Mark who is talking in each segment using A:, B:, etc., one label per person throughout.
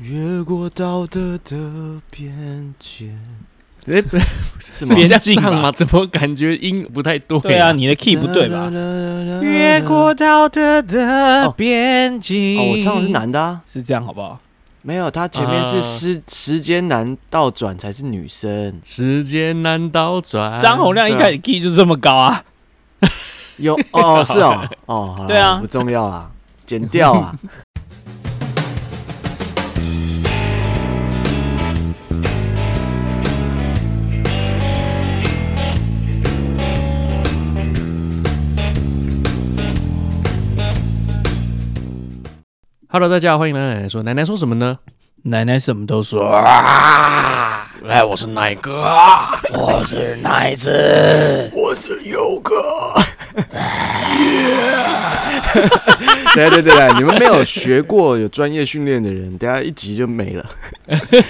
A: 越过道德的边界，
B: 哎，不是
A: 是吗？
C: 吗
B: 人家
C: 边境吧
B: 唱嘛？怎么感觉音不太对、
C: 对啊，，你的 key 不对吧？
A: 吧
C: 越过道德的边境。
A: 哦，我唱的是，男的、啊，
C: 是这样好不好？
A: 没有，他前面是
B: 啊
A: 时时间难倒转才是女生，
B: 时间难倒
A: 啊
B: 转。
C: 张洪亮一开始 key 就这么高啊，
A: 有哦是哦哦好啦
C: 对啊
A: 不重要啦，剪掉啦。
B: ，Hello，大家好，欢迎来到奶奶说。奶奶说什么呢？
C: 奶奶什么都说。
A: 啊
B: 哎，我是奶哥。
C: 我是奶子，
A: 我是优哥。对对对对，你们没有学过有专业训练的人，等下一集就没了。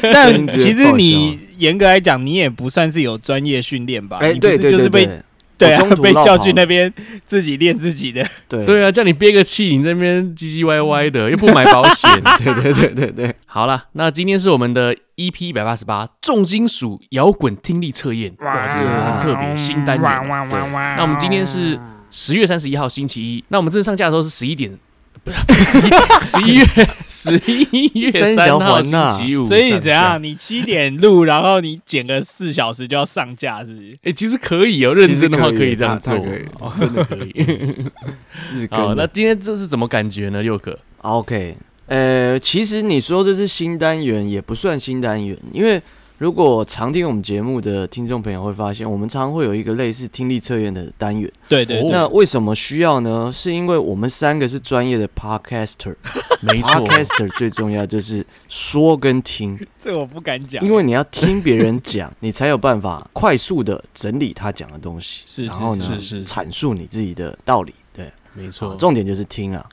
C: 但其实
A: 啊
C: 你严格来讲，你也不算是有专业训练吧？
A: 哎、
C: 你不
A: 对
C: 是
A: 对
C: 就
A: 对
C: 是
A: 对，
C: 被
A: 对
C: 对啊
A: 我中途
C: 被
A: 落
C: 叫
A: 跑
C: 去
A: 了
C: 那边自己练自己的。
A: 对
B: 对啊，叫你憋个气，你这边唧唧歪歪 的，又不买保险。
A: 对对对对对，
B: 好了，那今天是我们的 EP 一百八十八重金属摇滚听力测验，哇，这个很特别，新单元。那我们今天是十月三十一号星期一，那我们正式上架的时候是十一点， 不是十一月十一月
A: 三
B: 三
A: 小
B: 号
A: 环
B: 星
A: 呐
B: 期五。
C: 所以
B: 上
C: 怎
B: 架？
C: 样？你七点录， 然后你剪个四小时就要上架，是不是？
B: 哎、其实可以哦，认真的话
A: 其实
B: 可
A: 可以
B: 以这样
A: 那
B: 做
A: 那可以，
B: 哦真的可以。
A: 日更
B: 好，
A: 的
B: 那今天这是怎么感觉呢？佑可，
A: OK，呃，其实你说这是新单元也不算新单元，因为如果常听我们节目的听众朋友会发现，我们常会有一个类似听力测验的单元。
C: 对
B: 哦
C: 对对，
A: 那为什么需要呢？是因为我们三个是专业的 podcaster，
B: 没错，
A: podcaster 最重要就是说跟 听，
C: 这我不敢
B: 啊
C: 讲，
A: 因为你要听别人讲，你才有办法快速的整理他讲的东西，
C: 是
A: 然后呢
B: 是是是
A: 阐述你自己的道理。对，
B: 没
A: 好
B: 错，
A: 重点就是听啊。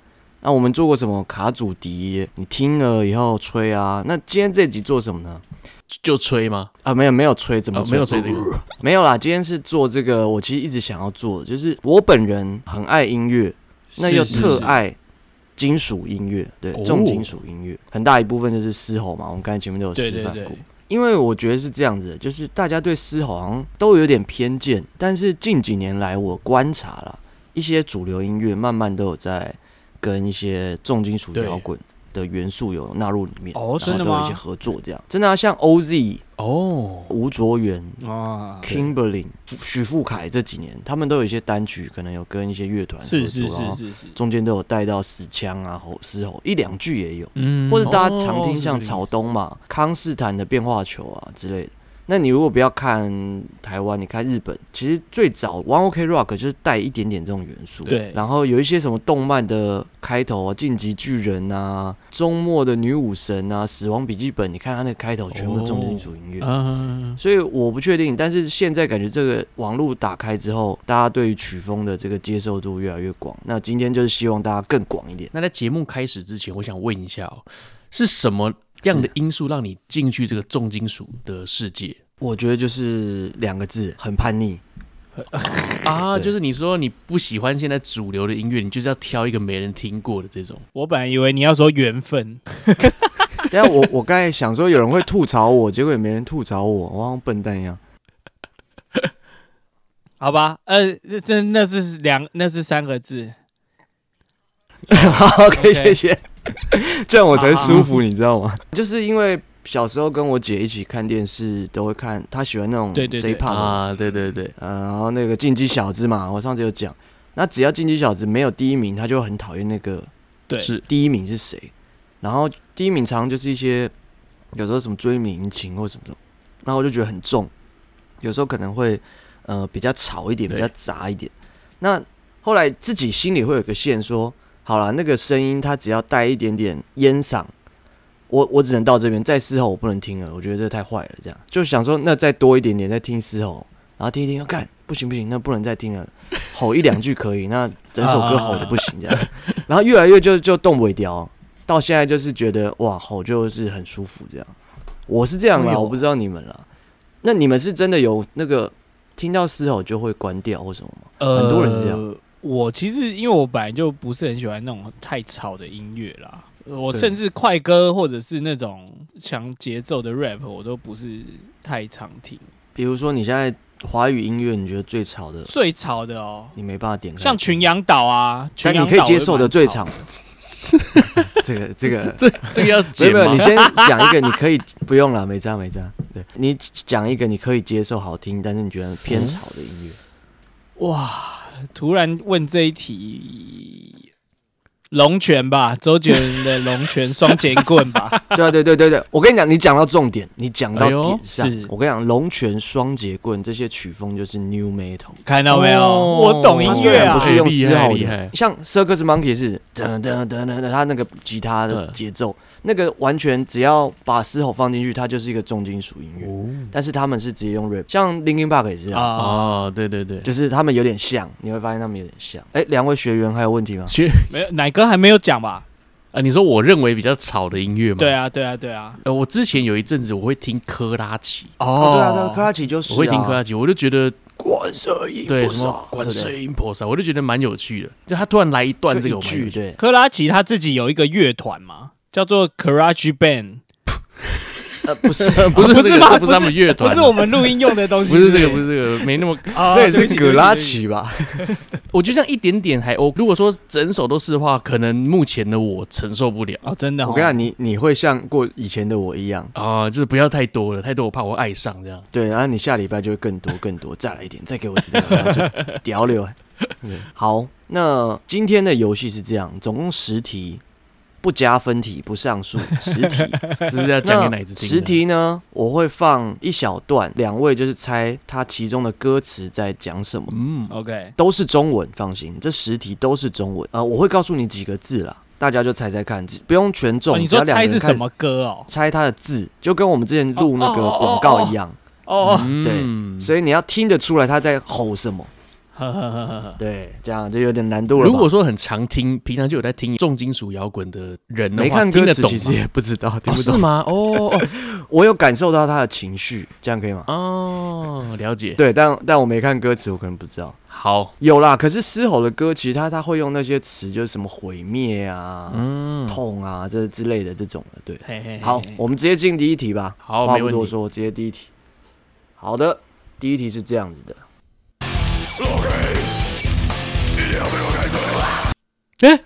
A: 那我们做过什么卡主笛？你听了以后吹啊。那今天这集做什么呢？
B: 就吹吗？
A: 啊，没有没有吹，怎么
B: 哦，
A: 吹？
B: 没有吹这个，
A: 没有啦。今天是做这个，我其实一直想要做的，就是我本人很爱音乐，那又特爱金属音乐，对，
B: 哦
A: 重金属音乐很大一部分就是嘶吼嘛，我们刚才前面都有
C: 对
A: 示
C: 对
A: 范过。
C: 对，
A: 因为我觉得是这样子的，就是大家对嘶吼好像都有点偏见，但是近几年来我观察了一些主流音乐，慢慢都有在跟一些重金属
B: 对
A: 摇滚的元素有纳入里面，
B: 哦
A: 然后
C: 真的
A: 都有
C: 吗
A: 一些合作这样，真的啊，像 OZ、
B: 哦，
A: 吴卓源、
C: 哦，
A: Kimberly、许富凯这几年，他们都有一些单曲，可能有跟一些乐团合作，
C: 是是
A: 然
C: 是
A: 后
C: 是是，
A: 中间都有带到死腔啊、吼嘶吼一两句也有。
C: 嗯
A: 或者大家常
B: 哦
A: 听
B: 是
A: 像
B: 这个意
A: 草
B: 思
A: 东嘛、康斯坦的变化球啊之类的。那你如果不要看台湾，你看日本，其实最早 One OK Rock 就是带一点点这种元素，
C: 对
A: 然后有一些什么动漫的开头啊，《晋级巨人》啊，《周末的女武神》啊，《死亡笔记本》，你看它那个开头全部重金属音乐。
B: 嗯，
A: 所以我不确定，但是现在感觉这个网络打开之后，大家对于曲风的这个接受度越来越广。那今天就是希望大家更广一点。
B: 那在节目开始之前，我想问一下哦，是什么样的因素让你进去这个重金属的世 界
A: 我觉得就是两个字，很叛逆。
B: 啊？
A: 对
B: 就是你说你不喜欢现在主流的音乐，你就是要挑一个没人听过的这种。
C: 我本来以为你要说缘分，
A: 等一下啊我我刚才想说有人会吐槽我，结果也没人吐槽我，我好像笨蛋一样。
C: 好吧？呃，这这那是两，那是三个字，
A: 好
C: OK
A: 谢谢， 这样我才舒服，你知道吗？啊 就是因为小时候跟我姐一起看电视，都会看，她喜欢那种
C: 对对对
A: J-pop 嘛，
B: 啊，对对对，
A: 呃，然后那个进击小子嘛，我上次有讲，那只要进击小子没有第一名，她就很讨厌那个
C: 对，
B: 是
A: 第一名是谁，然后第一名常常就是一些有时候什么追名情或什么的，然后我就觉得很重，有时候可能会呃比较吵一点，
B: 对
A: 比较杂一点。那后来自己心里会有个线说好了，那个声音它只要带一点点烟嗓，我我只能到这边，再嘶吼我不能听了，我觉得这太坏了，这样就想说那再多一点点再听嘶吼，然后听一听，看不行不行，那不能再听了，吼一两句可以，那整
C: 啊
A: 首歌吼的不行这样，然后越来越就就动尾调，到现在就是觉得哇吼就是很舒服这样，我是这样
C: 哎
A: 啦，
C: 呦
A: 我不知道你们啦，那你们是真的有那个听到嘶吼就会关掉或什么吗？
C: 呃
A: 很多人是这样。
C: 我其实因为我本来就不是很喜欢那种太吵的音乐啦，我
A: 对
C: 甚至快歌或者是那种强节奏的 rap，我都不是太常听。
A: 比如说你现在华语音乐，你觉得最吵的，
C: 最吵的哦，
A: 你没办法点开，
C: 像群羊岛啊，群
A: 但
C: 羊
A: 你可
C: 岛
A: 以接受的最
C: 长
A: 吵。 这个这 个
B: 这这个要
A: 没
B: 剪
A: 有没有，
B: 吗
A: 你？先讲一个，你可以不用了，没这样没这样。对你讲一个你可以接受好听，但是你觉得偏吵的音乐，
C: 哇！突然问这一题，龙泉吧，周杰伦的龙泉双节棍吧，
A: 对啊对对对对，我跟你讲，你讲到重点，你讲到
B: 哎呦
A: 点上。
C: 是
A: 我跟你讲，龙泉、双节棍这些曲风就是 new metal。
C: 看到没有？
B: 哦
C: 我懂音
A: 它虽
C: 乐
A: 然
C: 啊
A: 不，是用
B: 哎厉
A: 嘶
B: 害
A: 吼
B: 厉害
A: 的，像 Circus Monkey 是噔噔噔噔，他那个吉他的
B: 对
A: 节奏，那个完全只要把嘶吼放进去，它就是一个重金属音乐。但是他们是直接用 rap，像 Linkin Park 也是啊，
C: 啊，
B: 哦，对对对，
A: 就是他们有点像，你会发现他们有点像。哎，两位学员还有问题吗？
B: 学
C: 没有奶哥还没有讲吧？
B: 啊，你说我认为比较吵的音乐
A: 嗯
B: 吗？
C: 对，啊，对啊，对啊，
B: 呃，我之前有一阵子我会听科拉奇，
A: 哦，对啊，对啊，克拉奇就是、啊，
B: 我会听科拉奇，我就觉得
A: 关射音，
B: 对什么关水音菩萨，我就觉得蛮有趣的。就他突然来一段这
A: 这个
B: 个我蛮有
A: 剧
B: 趣的，
A: 对。
C: 克拉奇他自己有一个乐团嘛，叫做 Karachi Band，
A: 呃，不是，
B: 不是
C: 不
B: 这
C: 是
B: 个
C: 吗？
B: 这不是他们乐团，啊
C: 不是我们录音用的东西，
B: 不是这个，不是这个，没那么。
C: 啊，
A: 那也
C: 对不
A: 是
C: 起
A: 葛拉，奇吧？
B: 我就这样一点点还 O。如果说整首都是的话，可能目前的我承受不了
C: 对不起哦，真的哦，
A: 我跟你讲，你你会像过以前的我一样，
B: 啊、就是不要太多了，太多我怕我爱上这样。
A: 对，然后你下礼拜就会更多更多，再来一点，再给我一点，然后就屌 流。对好，那今天的游戏是这样，总共十题，不加分题，不上数，十题。
B: 这是要讲给
A: 那
B: 哪一只听的？
A: 十题呢，我会放一小段，两位就是猜它其中的歌词在讲什么。
B: 嗯，
C: OK，
A: 都是中文，放心，这十题都是中文。呃，我会告诉你几个字啦，大家就猜猜看，只不用全中。
B: 啊
C: 哦你
A: 只要
C: 说
A: 两
C: 猜
A: 个人
C: 是
A: 看
C: 什？么歌哦？
A: 猜它的字，就跟我们之前录那
C: 哦
A: 个
C: 哦
A: 广
C: 哦
A: 告一样，
C: 哦，
B: 嗯
A: 所以你要听得出来他在吼什么。
C: 呵呵呵呵呵，
A: 对，这样就有点难度了吧。
B: 如果说很常听，平常就有在听重金属摇滚的人的话，
A: 没看
B: 听
A: 歌
B: 得
A: 词，
B: 懂
A: 其实
B: 吗？
A: 也不知道，听不
B: 哦，是
A: 懂。
B: 吗？哦
A: 我有感受到他的情绪，这样可以吗？
B: 哦哦，了解。
A: 对，但但我没看歌词，我可能不知道。
B: 好，
A: 有啦，可是嘶吼的歌，其实他他会用那些词，就是什么毁灭啊、
B: 嗯，
A: 痛啊这之类的这种的。对，
C: 嘿嘿，嘿
A: 好，我们直接进第一题吧。
B: 好
A: 话
B: 没
A: 不
B: 问
A: 多
B: 题
A: 说，直接第一题。好的，第一题是这样子的，
B: 哎、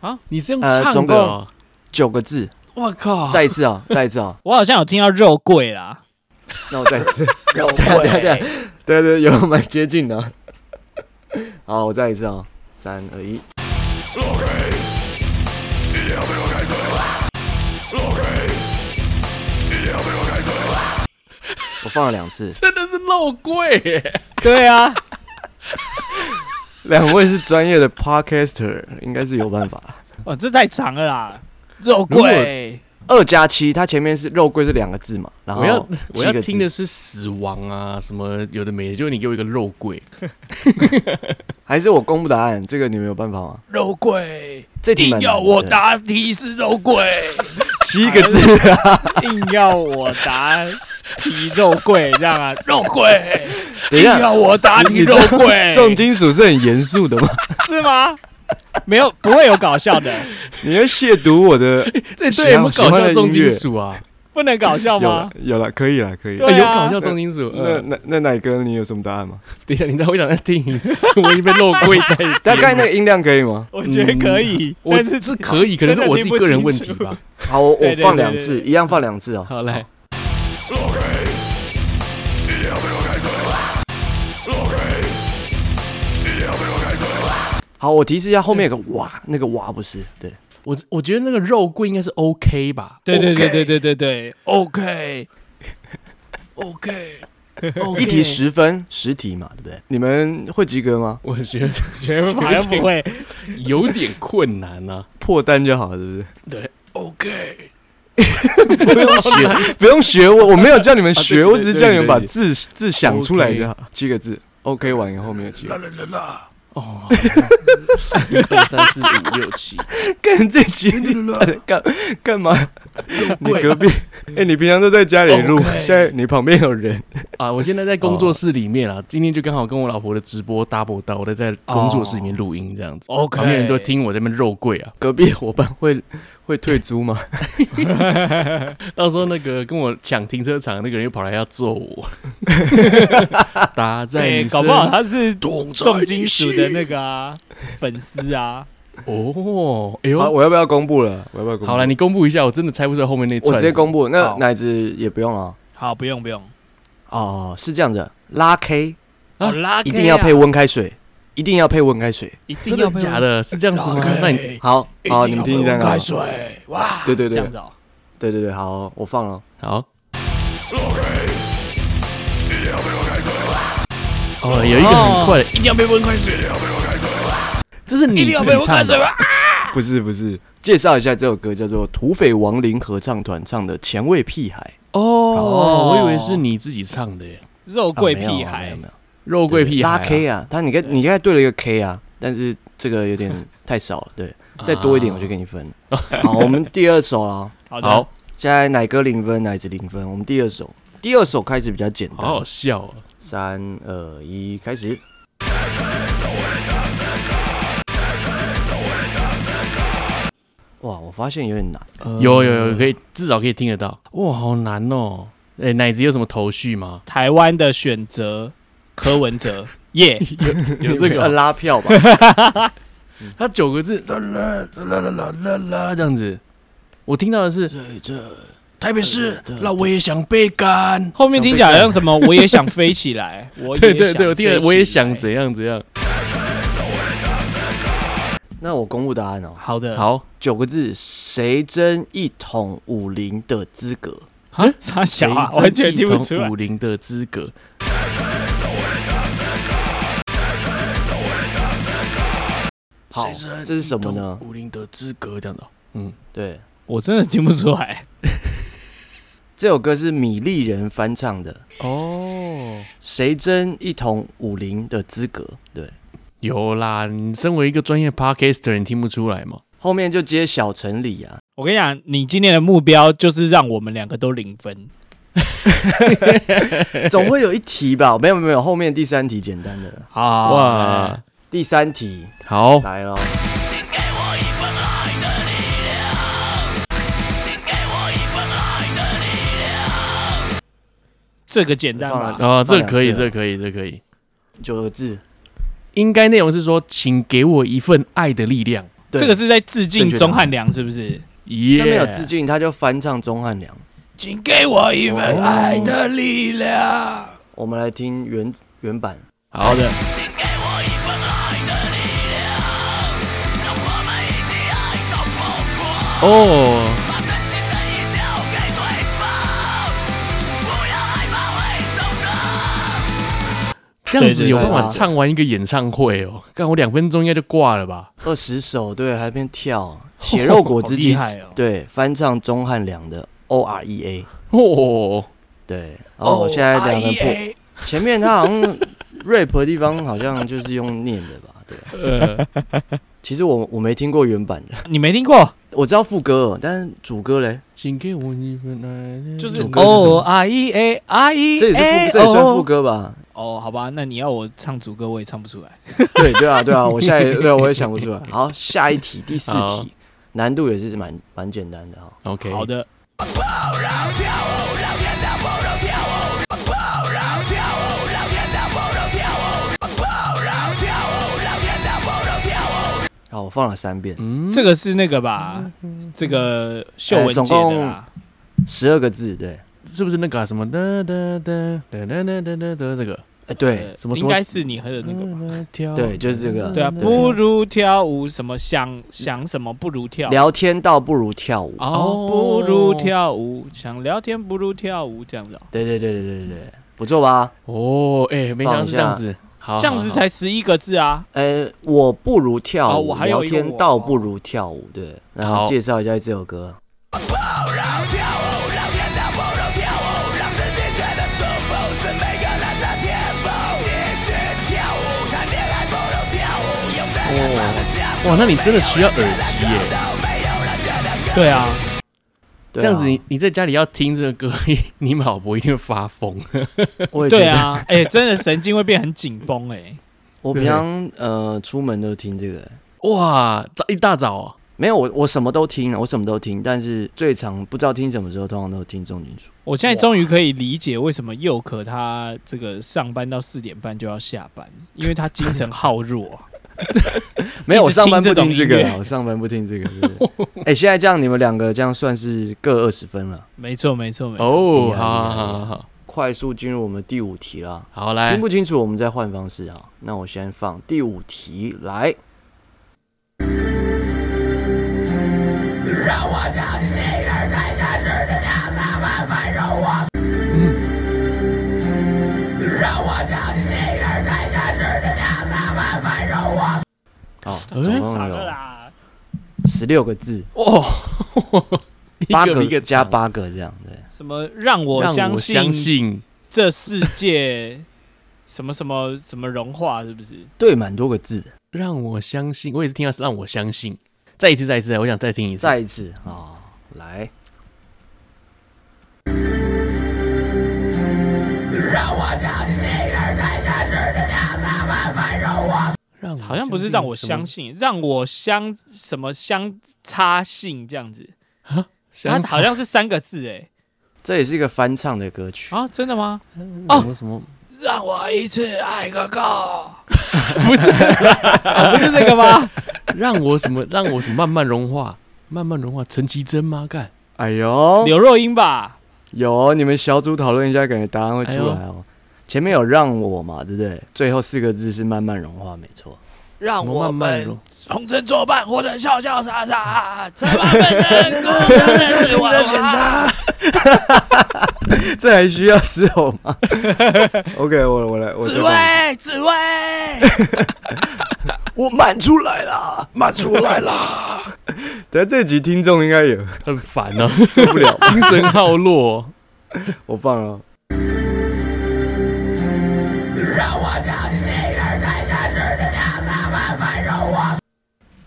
B: 啊，你是用
A: 呃
B: 唱
A: 总
B: 的、
A: 共
B: 哦？
A: 九个字。
B: 我、靠！
A: 再一次啊，再一次啊，
C: 我好像有听到肉桂啦，
A: 那我再一次。
C: 肉
A: 对对对，对对，有蛮接近的。好，我再一次啊、三二一。我放了两次，
B: 真的是肉桂耶，
C: 对 啊，
A: 两位是专业的 podcaster，应该是有办法。
C: 哇，哦这太长了啦，肉
B: 如果
C: 桂，
A: 二加七，它前面是肉桂是两个字嘛，然后
B: 我要我
A: 七
B: 要
A: 个字
B: 听的是死亡啊，什么有的没的，就你给我一个肉桂，
A: 还是我公布答案，这个你们有办法吗？
C: 肉桂，
A: 这题
C: 硬
A: 蛮
C: 要
A: 难的
C: 我答题是肉桂，
A: 七个字啊，
C: 硬要我答题肉桂，这样啊， 肉桂，
A: 等一
C: 硬
A: 下
C: 要我答
A: 你
C: 题
A: 你
C: 肉
A: 这
C: 桂，
A: 重金属是很严肃的吗？
C: 是吗？没有，不会有搞笑的，
A: 你要亵渎我 的
B: 对
A: 喜
B: 对，有没有
A: 欢喜
B: 搞
A: 欢
B: 笑
A: 的
B: 重
A: 音
B: 金
A: 乐
B: 属啊？哎
C: 不能搞笑
A: 有
C: 吗
A: 了？有了，可以了，可以。哎
C: 对
B: 有
C: 啊
B: 搞笑重金属。
A: 那
B: 呃，
A: 那那奶哥，你有什么答 案吗？
B: 等一下，你知道我想再听一次，我已经被肉桂带偏了。嗯
A: 大概那个音量可以吗？
C: 我觉得可以，
A: 嗯
B: 我
C: 但是
B: 是可以，可能是我自己个人问题吧。
A: 好，我我
C: 对对
A: 放
C: 对
A: 两
C: 对
A: 次，
C: 对
A: 一样放两次哦。
B: 好，来，
A: 好，我提示一下，后面有个哇，那个哇不是，对，
B: 我我觉得那个肉桂应该是 OK 吧？
C: 对对对对对对对，OK，
B: OK，
A: 一题十分，十题嘛，对不对？你们会及格吗？
B: 我觉得
C: 绝对好像不会，
B: 有点困难啊。
A: 破单就好了，是不 是？
B: 对，OK，
A: 不用学，不用学我，我没有叫你们学，
B: 啊对
A: 我只是叫你们把
B: 对对
A: 字字想出来就好。七个字，OK 完以后没有及格。
B: 啦啦啦。哦，一二三四五六七，
A: 干这 集你妈的干干嘛？你隔壁，哎，你平常都在家里录，
B: 啊嗯 OK
A: 现在你旁边有人，
B: 啊，我现在在工作室里面啊，今天就刚好跟我老婆的直播搭不到，我在在工作室里面录音这样子。
C: 哦，OK
B: 旁边人都听我这边肉桂啊，
A: 隔壁伙伴会会退租 吗？
B: 到时候那个跟我抢停车场那个人又跑来要揍 我，打在
C: 对，
B: 你
C: 哎搞不好
B: 身
C: 他是
B: 动在
C: 重
B: 你
C: 金属的
B: 心
C: 那个啊粉丝啊，
B: 哦，
A: 好，
B: 哎呦，
A: 啊我要不要公布了？我要不要公布？
B: 好了，，你公布一下，我真的猜不出来后面那
A: 我
B: 串
A: 直
B: 是什么。
A: 接公布。那
C: 好
A: 奶子也不用了。
C: 好，不用不用，
A: 哦，是这样的，拉 K
B: 啊
C: 好拉
A: 一
C: K 啊
A: 定要配，温开水，一定要配温开水。
C: 一定
B: 真
C: 要
B: 的
C: 配
B: 假的？是这样子吗？那哦你
A: 好，好，你们听听看啊。
C: 水哇，
A: 对对
C: 这
A: 对
C: 样，子哦，
A: 对对对，好，我放了。
B: 好。哦，有一个很快的，一定要被温开水，这哦是你自己唱的。
A: 不是不是，介绍一下这首歌叫做土匪亡灵合唱团唱的《前卫屁孩》。
B: 哦，我以为是你自己唱的耶，
C: 肉
A: 啊
C: 桂
A: 没有
C: 屁
A: 没有
C: 孩
A: 没有
B: 肉桂屁孩啊
A: 拉 K 啊，他你刚你刚才对了一个 K 啊，但是这个有点太少了，对，再多一
B: 啊
A: 点我就给你分。好，我们第二首啦，
C: 好的，
B: 好，
A: 现在奶哥零分，奶子零分，我们第二首，第二首开始比较简
B: 好
A: 单
B: 好，笑哦。
A: 三二一，开始。哇，我发现有点难，
B: 有有有，可以至少可以听得到。哇，好难哦。哎，奶子有什么头绪吗？
C: 台湾的选择，柯文哲， 耶，
B: 有这个
A: 要
B: 哦，
A: 拉票吧？
B: 它九个字，啦啦啦啦啦啦啦这样子。我听到的是
A: 对，这
B: 台北市，那我也想被赶。
C: 后面听起来好像什么，我也想飞起来， 我也
B: 对对对，
C: 想
B: 我听了
C: 飞起
B: 我也想
C: 来
B: 怎样怎样。
A: 那我公布答案哦，
C: 好的，
B: 好，
A: 九个字，谁争一统五零的资格？
B: 啊，
C: 傻小啊，
B: 谁
C: 完全听不
B: 争
C: 出
B: 一
C: 来
B: 统武。林的资格。
A: 好
B: 谁争
A: 这是什么呢
B: 一统武林的资格这样的哦，嗯，
A: 对，
C: 我真的听不出来。
A: 这首歌是米粒人翻唱的，《
B: 哦，
A: 谁争一统五零的资格》。对，
B: 有啦，你身为一个专业 podcaster，你听不出来吗？
A: 后面就接小城里 啊，
C: 我跟你讲，你今天的目标就是让我们两个都零分。
A: 总会有一题吧？没有没有，后面第三题简单的了。
C: 好，
B: 哦哇，
A: 第三题
B: 好，
A: 来喽，
C: 这个简单
A: 放
C: 吧
A: 了？
B: 哦，这
A: 放两
B: 可以，
A: 次
B: 这
A: 了
B: 可以，这可以。
A: 九个字，
B: 应该内容是说，请给我一份爱的力量。
A: 对，
C: 这个是在致敬
A: 正确答案
C: 钟汉良，是不是？
B: 耶，
A: 这没有致敬，他就翻唱钟汉良。
C: 请给我一
A: 份
C: 爱的力量。
A: 我们来听原原版，
B: 好的，哦，这样子有办法唱完一个演唱会哦？干，我两分钟应该就挂了吧？
A: 二十首，对，还边跳血肉果汁机，
C: 好厉害哦
A: 对，翻唱钟汉良的 O R E A，
B: 哦，
A: 对，哦，现在两个
C: E
A: 不。前面他好像 rap 的地方好像就是用念的吧？对。
B: 呃，
A: 其实我我没听过原版的，
C: 你没听过？
A: 我知道副歌，但是主歌嘞，
B: 请给我一份爱，
C: 就是
A: 主歌是什么
C: R E A R E，
A: 这也是副，这也算副。歌吧？
C: 哦，好吧，那你要我唱主歌，我也唱不出来。
A: 对对啊对啊，我现在对啊我也想不出来。好，下一题，第四
B: 好
A: 题，难度也是蛮蛮简单的哈。
B: OK，
C: 好，的，
A: 好，我放了三遍，
B: 嗯，
C: 这个是那个吧？这个秀文
A: 嗯哎总
C: 姐的啦。
A: 十二个字，对，
B: 是不是那个啊什么哒哒哒哒哒哒哒哒哒这个？
A: 哎对
C: 呃
B: 什么什
C: 应
B: 么
C: 该是你喝的那个
A: 嗯
C: 吧？
A: 对，就是这个。
C: 对啊，
B: 对
C: 不如跳舞，什么想想什么不如跳。
A: 聊天倒不如跳舞。
C: 哦，不如跳舞，想聊天不如跳舞这样子、哦，
A: 对对对对对对对，不错吧？
B: 哦，哎、没想到是这样子，好，
C: 这样子
B: 好
C: 才十一个字啊。
A: 呃，我不如跳
C: 哦
A: 舞，
C: 我还
A: 聊
C: 有一个
A: 天
C: 我
A: 倒不如跳舞。对，然后
B: 好
A: 介绍一下这首歌。
B: 哦，哇，那你真的需要耳机耶，
C: 对啊，
A: 对
B: 这
A: 啊
B: 样子你你在家里要听这个歌，你老婆一定会发疯。
A: 我也觉
C: 对
A: 得，
C: 啊， 哎、真的神经会变很紧绷哎。
A: 我平
B: 对
A: 常呃出门都听这个，
B: 哇，早一大早、哦，
A: 没有我我什么都听了，我什么都听，但是最常不知道听什么时候，通常都听重金属。
C: 我现在终于可以理解为什么佑可他这个上班到四点半就要下班，因为他精神耗弱啊。
A: 没有，我上班不听这
C: 这
A: 个
C: 种音
A: 啦，我上班不听这个。对不对 哎、现在这样你们两个这样算是各二十分了，
C: 没错，没错，没错。
B: 哦，
A: 厉害
B: 好
A: 厉
B: 好
A: 害
B: 好好好，
A: 快速进入我们第五题啦。
B: 好
A: 听
B: 来，
A: 不清楚，我们再换方式啊。那我先放第五题来。哦，
B: 哎
A: 总共
C: 咋了
A: 有
C: 啦？
A: 十六个字，
B: 哦， 一
A: 八
B: 比一
A: 个
B: 个
A: 加
B: 长，
A: 八个这样，对，
C: 什么让我
B: 让
C: 相
B: 我相
C: 信
B: 信
C: 这世界 什么什么什么融化？是不是？
A: 对，蛮多个字的。
B: 让我相信，我也是听到是让我相信。再一次，再一次，我想再听一次。
A: 再一次啊、哦，来，
B: 让我
C: 好像不是让我
B: 嗯什么
C: 相，信，让我相什么相差性这样子。它
B: 相
C: 好像是三个字哎、
A: 这也是一个翻唱的歌曲，
C: 啊，真的吗？
B: 哦什么什么，
C: 让我一次爱个够，
B: 不是
C: 不是这 个吗？
B: 让我什么让我什么慢慢融化，慢慢融化，陈绮贞吗？干，
A: 哎呦，
C: 刘若英吧？
A: 有你们小组讨论一下，感觉答案会出来
B: 哎
A: 哦。前面有让我嘛，对不对？最后四个字是慢慢融化，没 错。
B: 什
C: 让
B: 么慢慢融，
C: 从真作伴，活得潇潇洒洒，才把本能共享在最晚
A: 这还需要嘶吼吗？OK，我我来，我再放
C: 紫薇。
A: 我满出来啦，满出来啦。 等下这集听众应该也
B: 很烦啊，
A: 受不了，
B: 精神耗哦弱。
A: 我放了。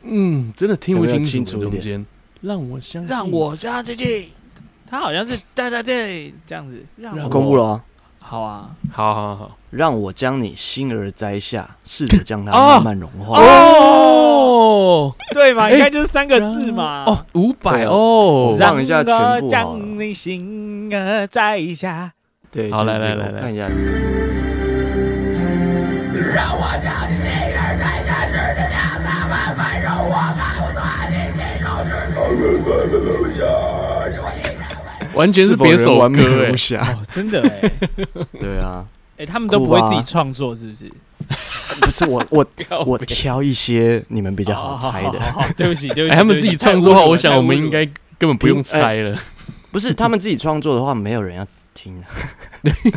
B: 嗯，真的听不
A: 有没有
B: 清
A: 清
B: 楚
A: 楚一
B: 中
A: 点
B: 间，让我相信，
C: 让我相信。他好像是对对对这样子，让
B: 让
A: 我
B: 我
A: 公布了、啊，
C: 好啊，
B: 好好好。
A: 让我将你心儿摘下，试着将它
B: 啊
A: 慢慢融化。
B: 哦，
C: 对嘛，
B: 哎
C: 应该就是三个字嘛。
B: 哦，五百
A: 对啊
B: 哦
A: 我，放一下全部好了
C: 让我将你心儿摘下，
A: 对，
B: 好
A: 就是
B: 来
A: 这个
B: 来来
A: 我
B: 来
A: 看一下。
B: 完全是
A: 否
B: 别
A: 人
B: 首
A: 完美
B: 歌哎
A: 无。瑕？
C: 哦，真的哎、
A: 对啊，
C: 哎他们都不会自己创作，是不是？
A: 不是我我
B: 靠
A: 我
B: 北
A: 挑一些你们比较好
C: 哦
A: 猜的，
C: 好好好对不起，对不
B: 哎，
C: 起，
B: 他们自己创作的话，我想我们应
C: 太侮辱了
B: 该根本不用猜了。
C: 哎
A: 不是他们自己创作的话，没有人要听、啊。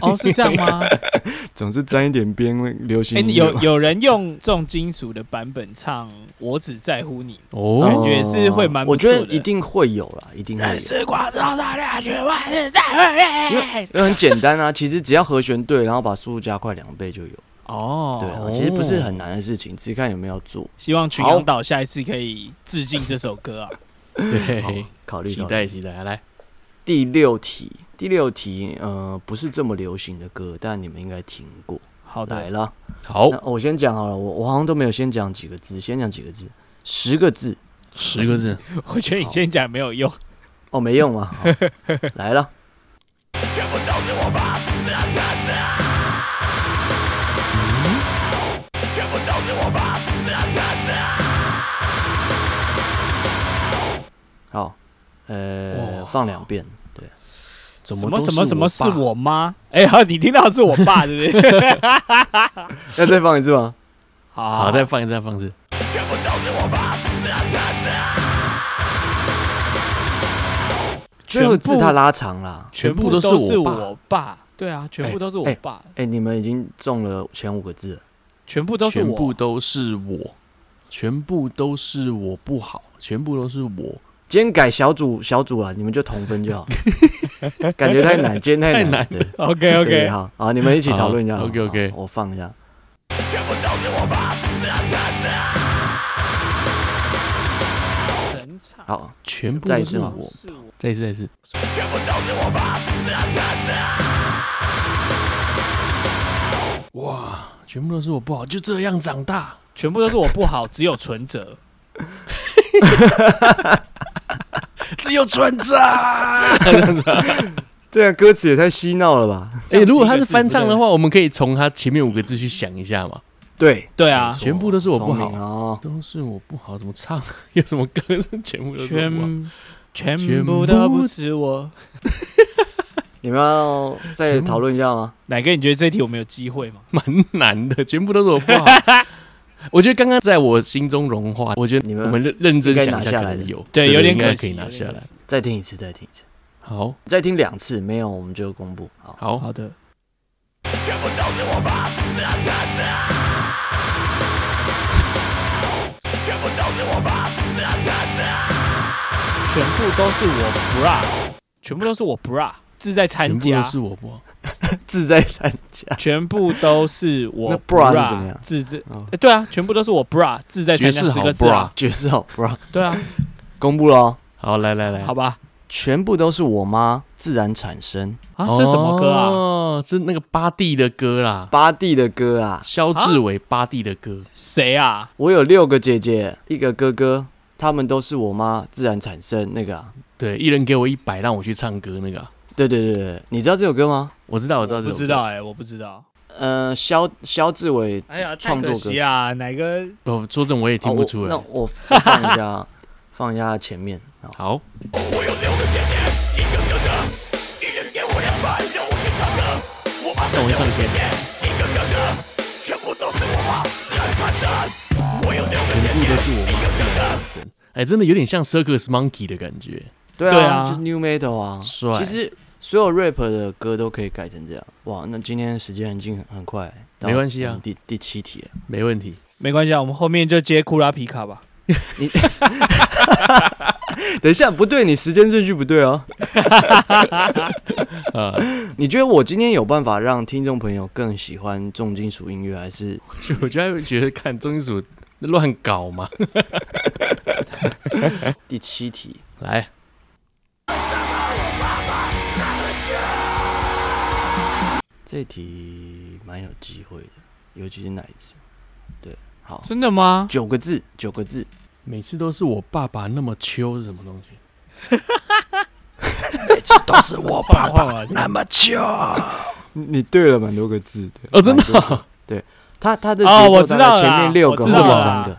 C: 哦，是这样吗？
A: 总是沾一点边流行
C: 哎，
A: 音乐
C: 有
A: 嘛
C: 有人用重金属的版本唱《我只在乎你
B: 哦，
C: 感觉是会蛮
A: 哦我
C: 不
A: 觉
C: 错的
A: 得一定会有啦，一定会》，有，
C: 时光匆匆掠去，我只在乎你。
A: 因为很简单啊，其实只要和弦对，然后把速度加快两倍就有。
C: 哦，
A: 对啊，其实不是很难的事情，只是看有没有做。
C: 希望群
A: 好
C: 羊岛下一次可以致敬这 首歌啊！
A: 好
B: 对，，
A: 考虑
B: 期
A: 考虑
B: 待期待，来，
A: 第六题，第六题，呃，不是这么流行的歌，但你们应该听过。
C: 好
A: 来
C: 的，
A: 了。
B: 好，
A: 那我先讲好了，我我好像都没有先讲几个字，先讲几个字，十个字
B: 十个字，
C: 我觉得你先讲没有用。
A: 哦，没用啊， 好来了，嗯好，呃，
B: 哇
A: 放两遍，对，
B: 怎
C: 什
B: 么
C: 么
B: 都
C: 什么什么是
B: 爸？
C: 我妈？哎，好，你听到是我爸，对不对？
A: 要再放一次吗？
C: 好
B: 好，再放一次，再放一次。
A: 最后一
C: 全
A: 次
C: 部
A: 他拉长啦，
B: 全部
C: 都
B: 都是我爸
C: 我爸。对啊，全部都是我
A: 哎
C: 爸，
A: 哎、你们已经中了前五个字了，
C: 全部都是
B: 全
C: 我啊
B: 部。都是我，全部都是我不好，全部都是我，
A: 今天改小组小组啊，你们就同分 就好，感觉太难，今天太
B: 太
A: 难
B: 难，
A: 对。
C: OK
A: 对
C: OK，
A: 好，好，你们一起讨论一下。
B: 好，OK，OK
A: 好我放一下。
C: 神场
A: 好，
B: 全部
A: 再一
B: 都
A: 次
B: 是
A: 吗
B: 我。
C: 是我
B: 再一次，再一次。哇，全部都是我不好，就这样长大。
C: 全部都是我不好，只有存折。
B: 只有船长这样子啊。
A: 对啊，歌词也太嬉闹了吧？
B: 哎、如果他是翻唱的话，我们可以从他前面五个字去想一下嘛。
A: 对，
C: 对啊，
B: 全部都是我不好
A: 聪明哦。
B: 都是我不好，怎么唱？ 有什么歌是全部都是我啊不好？
C: 全全
B: 全
C: 部
B: 部
C: 都不是我。
A: 你们要再讨论一下吗？
C: 奶哥，你觉得这题我们有机会吗？
B: 蛮难的，全部都是我 不好。我觉得刚刚在我心中融化，我觉得
A: 你们
B: 我们认认真想一
A: 应该拿
B: 下，
A: 下来
B: 可
A: 的
B: 能有
C: 对有点
B: 应该
C: 可
B: 可
C: 惜
B: 以拿下
C: 有点
B: 来
C: 可惜。
A: 再听一次，再听一次，
B: 好，
A: 再听两次，没有我们就公布。好，
B: 好，
C: 好的，全部都是我 bra，全部都是我 bra，志在
B: 全
C: 参
B: 部都
C: 加，
B: 是我不好。
A: 志在参加。
C: 全部都是我
A: 那 bra 是怎么样
C: 志在
A: 哦，
C: 哎对啊，全部都是我 bra，志在
B: 爵
C: 参加
B: 士
C: 十
B: 好
C: 个字啊，
A: 爵士好 bra
C: 对啊，
A: 公布喽，
B: 好，来来来，
C: 好吧，
A: 全部都是我妈自然产生。
C: 啊，这什么歌啊？
B: 哦，这那个巴蒂的歌啦，
A: 八弟的歌啊，
B: 肖志伟巴蒂的歌。
C: 谁啊？
A: 我有六个姐姐，一个哥哥，他们都是我妈自然产生那个、啊。
B: 对，一人给我一百，让我去唱歌那个啊，
A: 对对对对，你知道这首歌吗？
B: 我知道，我知道，
C: 不知道哎，我不知道。
A: 呃，肖肖志伟
C: 哎呀，太
A: 创作
C: 可
A: 歌
C: 惜啊，哪个
B: 这首歌。哦，说真的我也听不出
A: 好
B: 来。
A: 哦我那我我放一下， 放一下前面。哦好
B: 好，但我会唱歌。全部都是我妈自然产生。哎，真的有点像 Circus Monkey 的感觉。
A: 对啊，
C: 对啊
A: 就是 New Metal 啊。
B: 帅
A: 其实所有 rap 的歌都可以改成这样。哇，那今天时间很近很很快，到
B: 没关系啊
A: 我们第第七题了，
B: 没问题，
C: 没关系啊，我们后面就接库拉皮卡吧。
A: 等一下不对，你时间顺序不对 哦。
B: 啊，
A: 你觉得我今天有办法让听众朋友更喜欢重金属音乐，还是
B: 就我就会觉得看中金属乱搞嘛。
A: 第七题？
B: 来，
A: 这题蛮有机会的，尤其是哪一次？对，好，
C: 真的吗？
A: 九个字，九个字，
B: 每次都是我爸爸那么秋是什么东西？
C: 我爸爸
B: 那么秋
A: 你对了蛮多个字的
B: 哦，真的啊、
A: 他他的
C: 哦
A: 节奏
C: 我知
A: 大
C: 道
A: 概
C: 了
A: 前
C: 啦
A: 面六个，
C: 我
A: 后
C: 知
B: 道
A: 面
B: 了
A: 三
C: 啦
A: 个。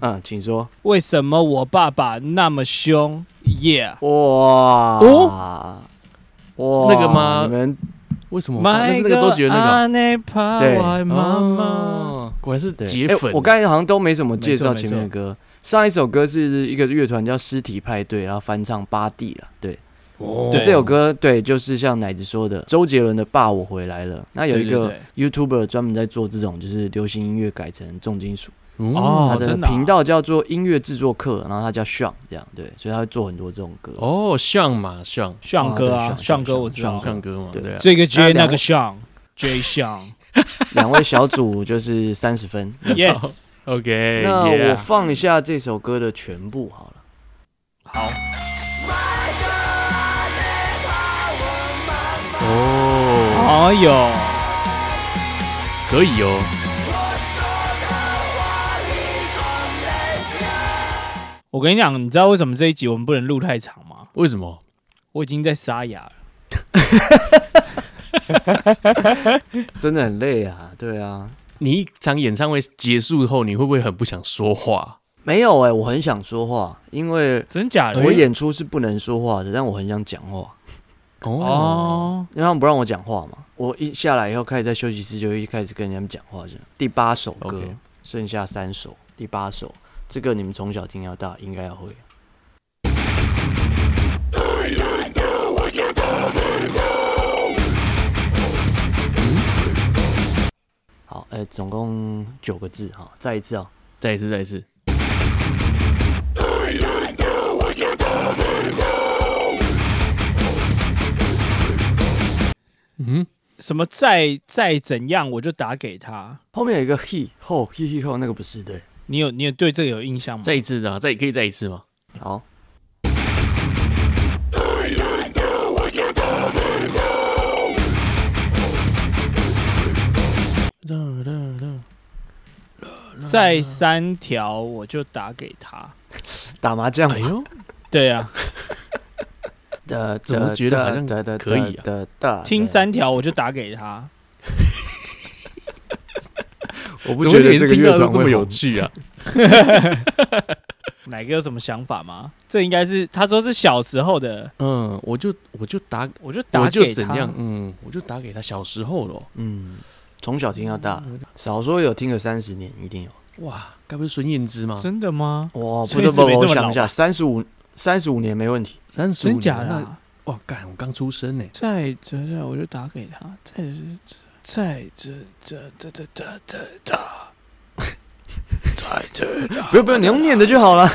A: 嗯，请说。
C: 为什么我爸爸那么凶？Yeah，
A: 哇哦哇，
B: 那个吗
A: 你们
B: 为什么我爸？哦那是那个周杰伦那个啊、
C: 对妈妈，
B: 哦，果然是
A: 对
B: 铁
A: 哎
B: 粉。
A: 我刚才好像都没怎么介绍
C: 没错没错
A: 前面的歌。上一首歌是一个乐团叫尸体派对，然后翻唱巴蒂了。对，
B: 哦
A: 那
C: 对
A: 这首歌对，就是像奶子说的，周杰伦的《爸我回来了》。那有一个
C: 对
A: YouTuber 专门在做这种，就是流行音乐改成重金属。
C: 哦
A: 嗯他
B: 哦
A: 的
C: 真的啊
A: 频道叫做音乐制作课，然后他叫 Sean 这样，对，所以他会做很多这种歌。
B: 哦，像嘛像
C: 像哥
A: 哦
C: 啊，
A: 对
C: 像
A: 像
C: 哥我知道
A: 像，
B: 像歌嘛，
A: 对
B: 对啊。
C: 这个
A: 那
C: J
A: 两
C: 那个像 J 像
A: 两位小组就是三十分。
C: ，Yes，
B: OK，
A: 那我
B: yeah
A: 放一下这首歌的全部好了。
C: 好，
B: 哦，
C: 哎呦，
B: 可以哦，
C: 我跟你讲，你知道为什么这一集我们不能录太长吗？
B: 为什么？
C: 我已经在沙哑了。
A: 真的很累啊，对啊，
B: 你一场演唱会结束后，你会不会很不想说话？
A: 没有哎、我很想说话，因为
C: 真假的？
A: 我演出是不能说话的，但我很想讲话，
B: 哦，
C: 哦，
A: 因为他们不让我讲话嘛。我一下来以后，开始在休息室就一开始跟人家讲话，这样。第八首歌
B: OK
A: 剩下三首，第八首这个你们从小听到大，应该要会。好，哎、总共九个字哈，再一次哦。
B: 再一次，再一次。嗯，
C: 什么再再怎样我就打给他。
A: 后面有一个 he 后 he he 后那个不是对，
C: 你有你有对这个有印象吗？
B: 再一次啊，再可以再一次吗？
A: 好，
C: 再三条我就打给他。
A: 打麻将
B: 哎呦，
C: 对 啊，
A: 的，
B: 怎么觉得好像
A: 呃的的
B: 可以啊
A: 的的
C: 听，三条我就打给他，
A: 我不
B: 怎么
A: 觉得
B: 连
A: 这个
B: 听
A: 乐团
B: 到都这
A: 会
B: 么有
A: 红
B: 趣啊？
C: 哪个有什么想法吗？这应该是他说是小时候的，
B: 嗯，我就我就打，
C: 我就打
B: 我就
C: 给
B: 怎
C: 他。
B: 样？嗯，我就打给他。小时候咯，
A: 嗯，从小听到大，少说有听个三十年，一定有。
B: 哇，该不是孙燕姿吗？
C: 真的吗？
A: 哇，不
C: 所以
A: 得
C: 这
A: 不，
C: 没这
A: 我
C: 么
A: 想
C: 老
A: 一下，三十五三十五年没问题。
B: 三十五
C: 真
B: 年
C: 假
B: 啊
C: 的
B: 那
C: 啊？
B: 哇，干，我刚出生呢、
C: 再这这我就打给他，再这再这这这这这这这，再这
A: 不用不用，你用念的就好 了，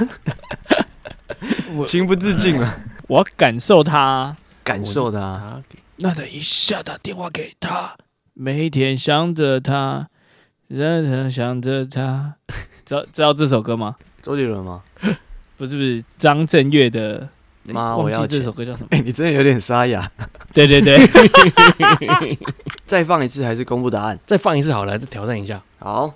C: 我
A: 情不自禁了，
C: 我要感受他。
A: 感受的啊。
B: 啊，给
C: 那等一下打电话给他，每天想着他，日日想着 他。知道知道这首歌吗？
A: 周杰伦吗？
C: 不是不是，张震岳的。诶
A: 妈
C: 忘
A: 我要
C: 记这
A: 钱
C: 首歌叫什么？
A: 哎，你真的有点沙哑。
C: 对对 对，
A: 再放一次，还是公布答案？
B: 再放一次好了，再挑战一下。
A: 好，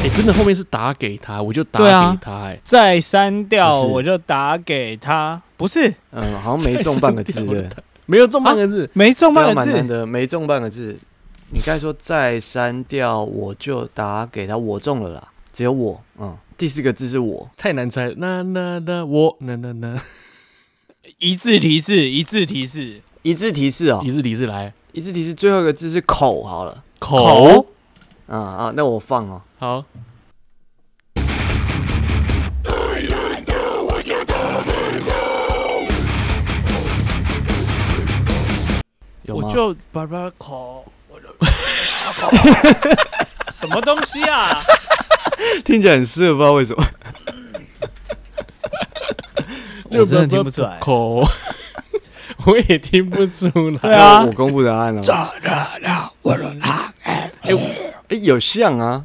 B: 哎、真的后面是打给他，我就打
C: 对啊
B: 给他、哎、
C: 再删掉
A: 不是
C: 我就打给他。不是，
A: 嗯，好像没中半个字，对不对
B: 没有中半个字，
C: 没中
A: 对啊
C: 半个
A: 蛮难
C: 字。
A: 的，没中半个字。你刚才说再删掉，我就打给他，我中了啦，只有我，嗯，第四个字是我，
B: 太难猜了。那那那我那那那
C: 一字提示，一字提示。
A: 一字提示哦
B: 一，字提示来
A: 一字提示最后一个字是口，好了，
B: 口
A: 嗯啊，那我放哦，
B: 好，
A: 有吗
C: 我？就叭叭口，我就什么东西啊？
A: 听起来很适合，不知道为什么。
C: 我真的听不出来
B: 口， 我也听不出来。
C: 对啊
A: 那我公布答案了。哎、有像啊，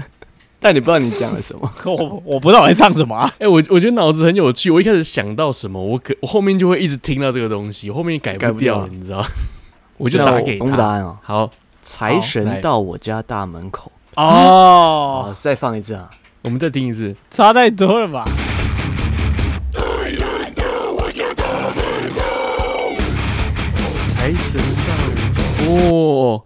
A: 但你不知道你讲了什么。
C: 我我不知道我在唱什么、啊。
B: 哎、我我觉得脑子很有趣。我一开始想到什么，我可我后面就会一直听到这个东西，我后面改
A: 改
B: 不
A: 不掉
B: 掉
A: 了
B: 了，你知道？我就
A: 那
B: 打给
A: 公布答
B: 他。
A: 案哦，
B: 好，
A: 财神
B: 来
A: 到我家大门口。
C: 哦，
A: 哦，再放一次啊。
B: 我们再听一次。
C: 差太多了吧？
B: 财神到我家。哦，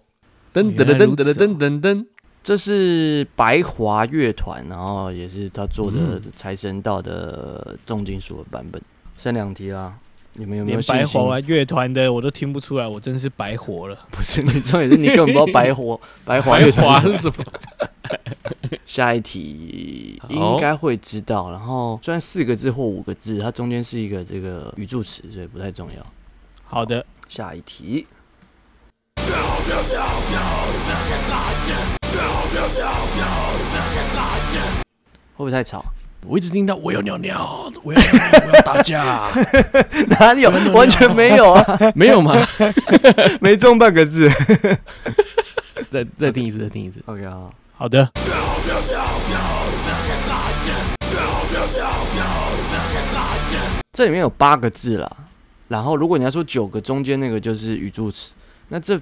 B: 噔噔
C: 原来
B: 噔
C: 如
B: 噔
C: 此
B: 噔噔噔噔。
A: 这是白华乐团，然后也是他做的
B: 嗯
A: 财神到的重金属的版本。剩两题啦，你们有没有
C: 连
A: 信
C: 白
A: 心
C: 活？玩乐团的我都听不出来，我真是白活了。
A: 不是，你重点是你根本不知道白 活白华
B: 白
A: 乐团
B: 华
A: 是什么
B: 是什么？
A: 下一题
B: 好
A: 应该会知道，然后虽然四个字或五个字，它中间是一个这个语助词，所以不太重要。
C: 好的，
A: 下一题，会不会太吵？
B: 我一直听到我要尿尿，我要尿尿我要打架，
A: 哪里有？完全没有 啊，
B: 没有吗？
A: 没中半个字。
B: 再再听一次，再听一次。
A: OK 啊，
C: 好的，
A: 这里面有八个字啦，然后如果你要说九个，中间那个就是语助词。那这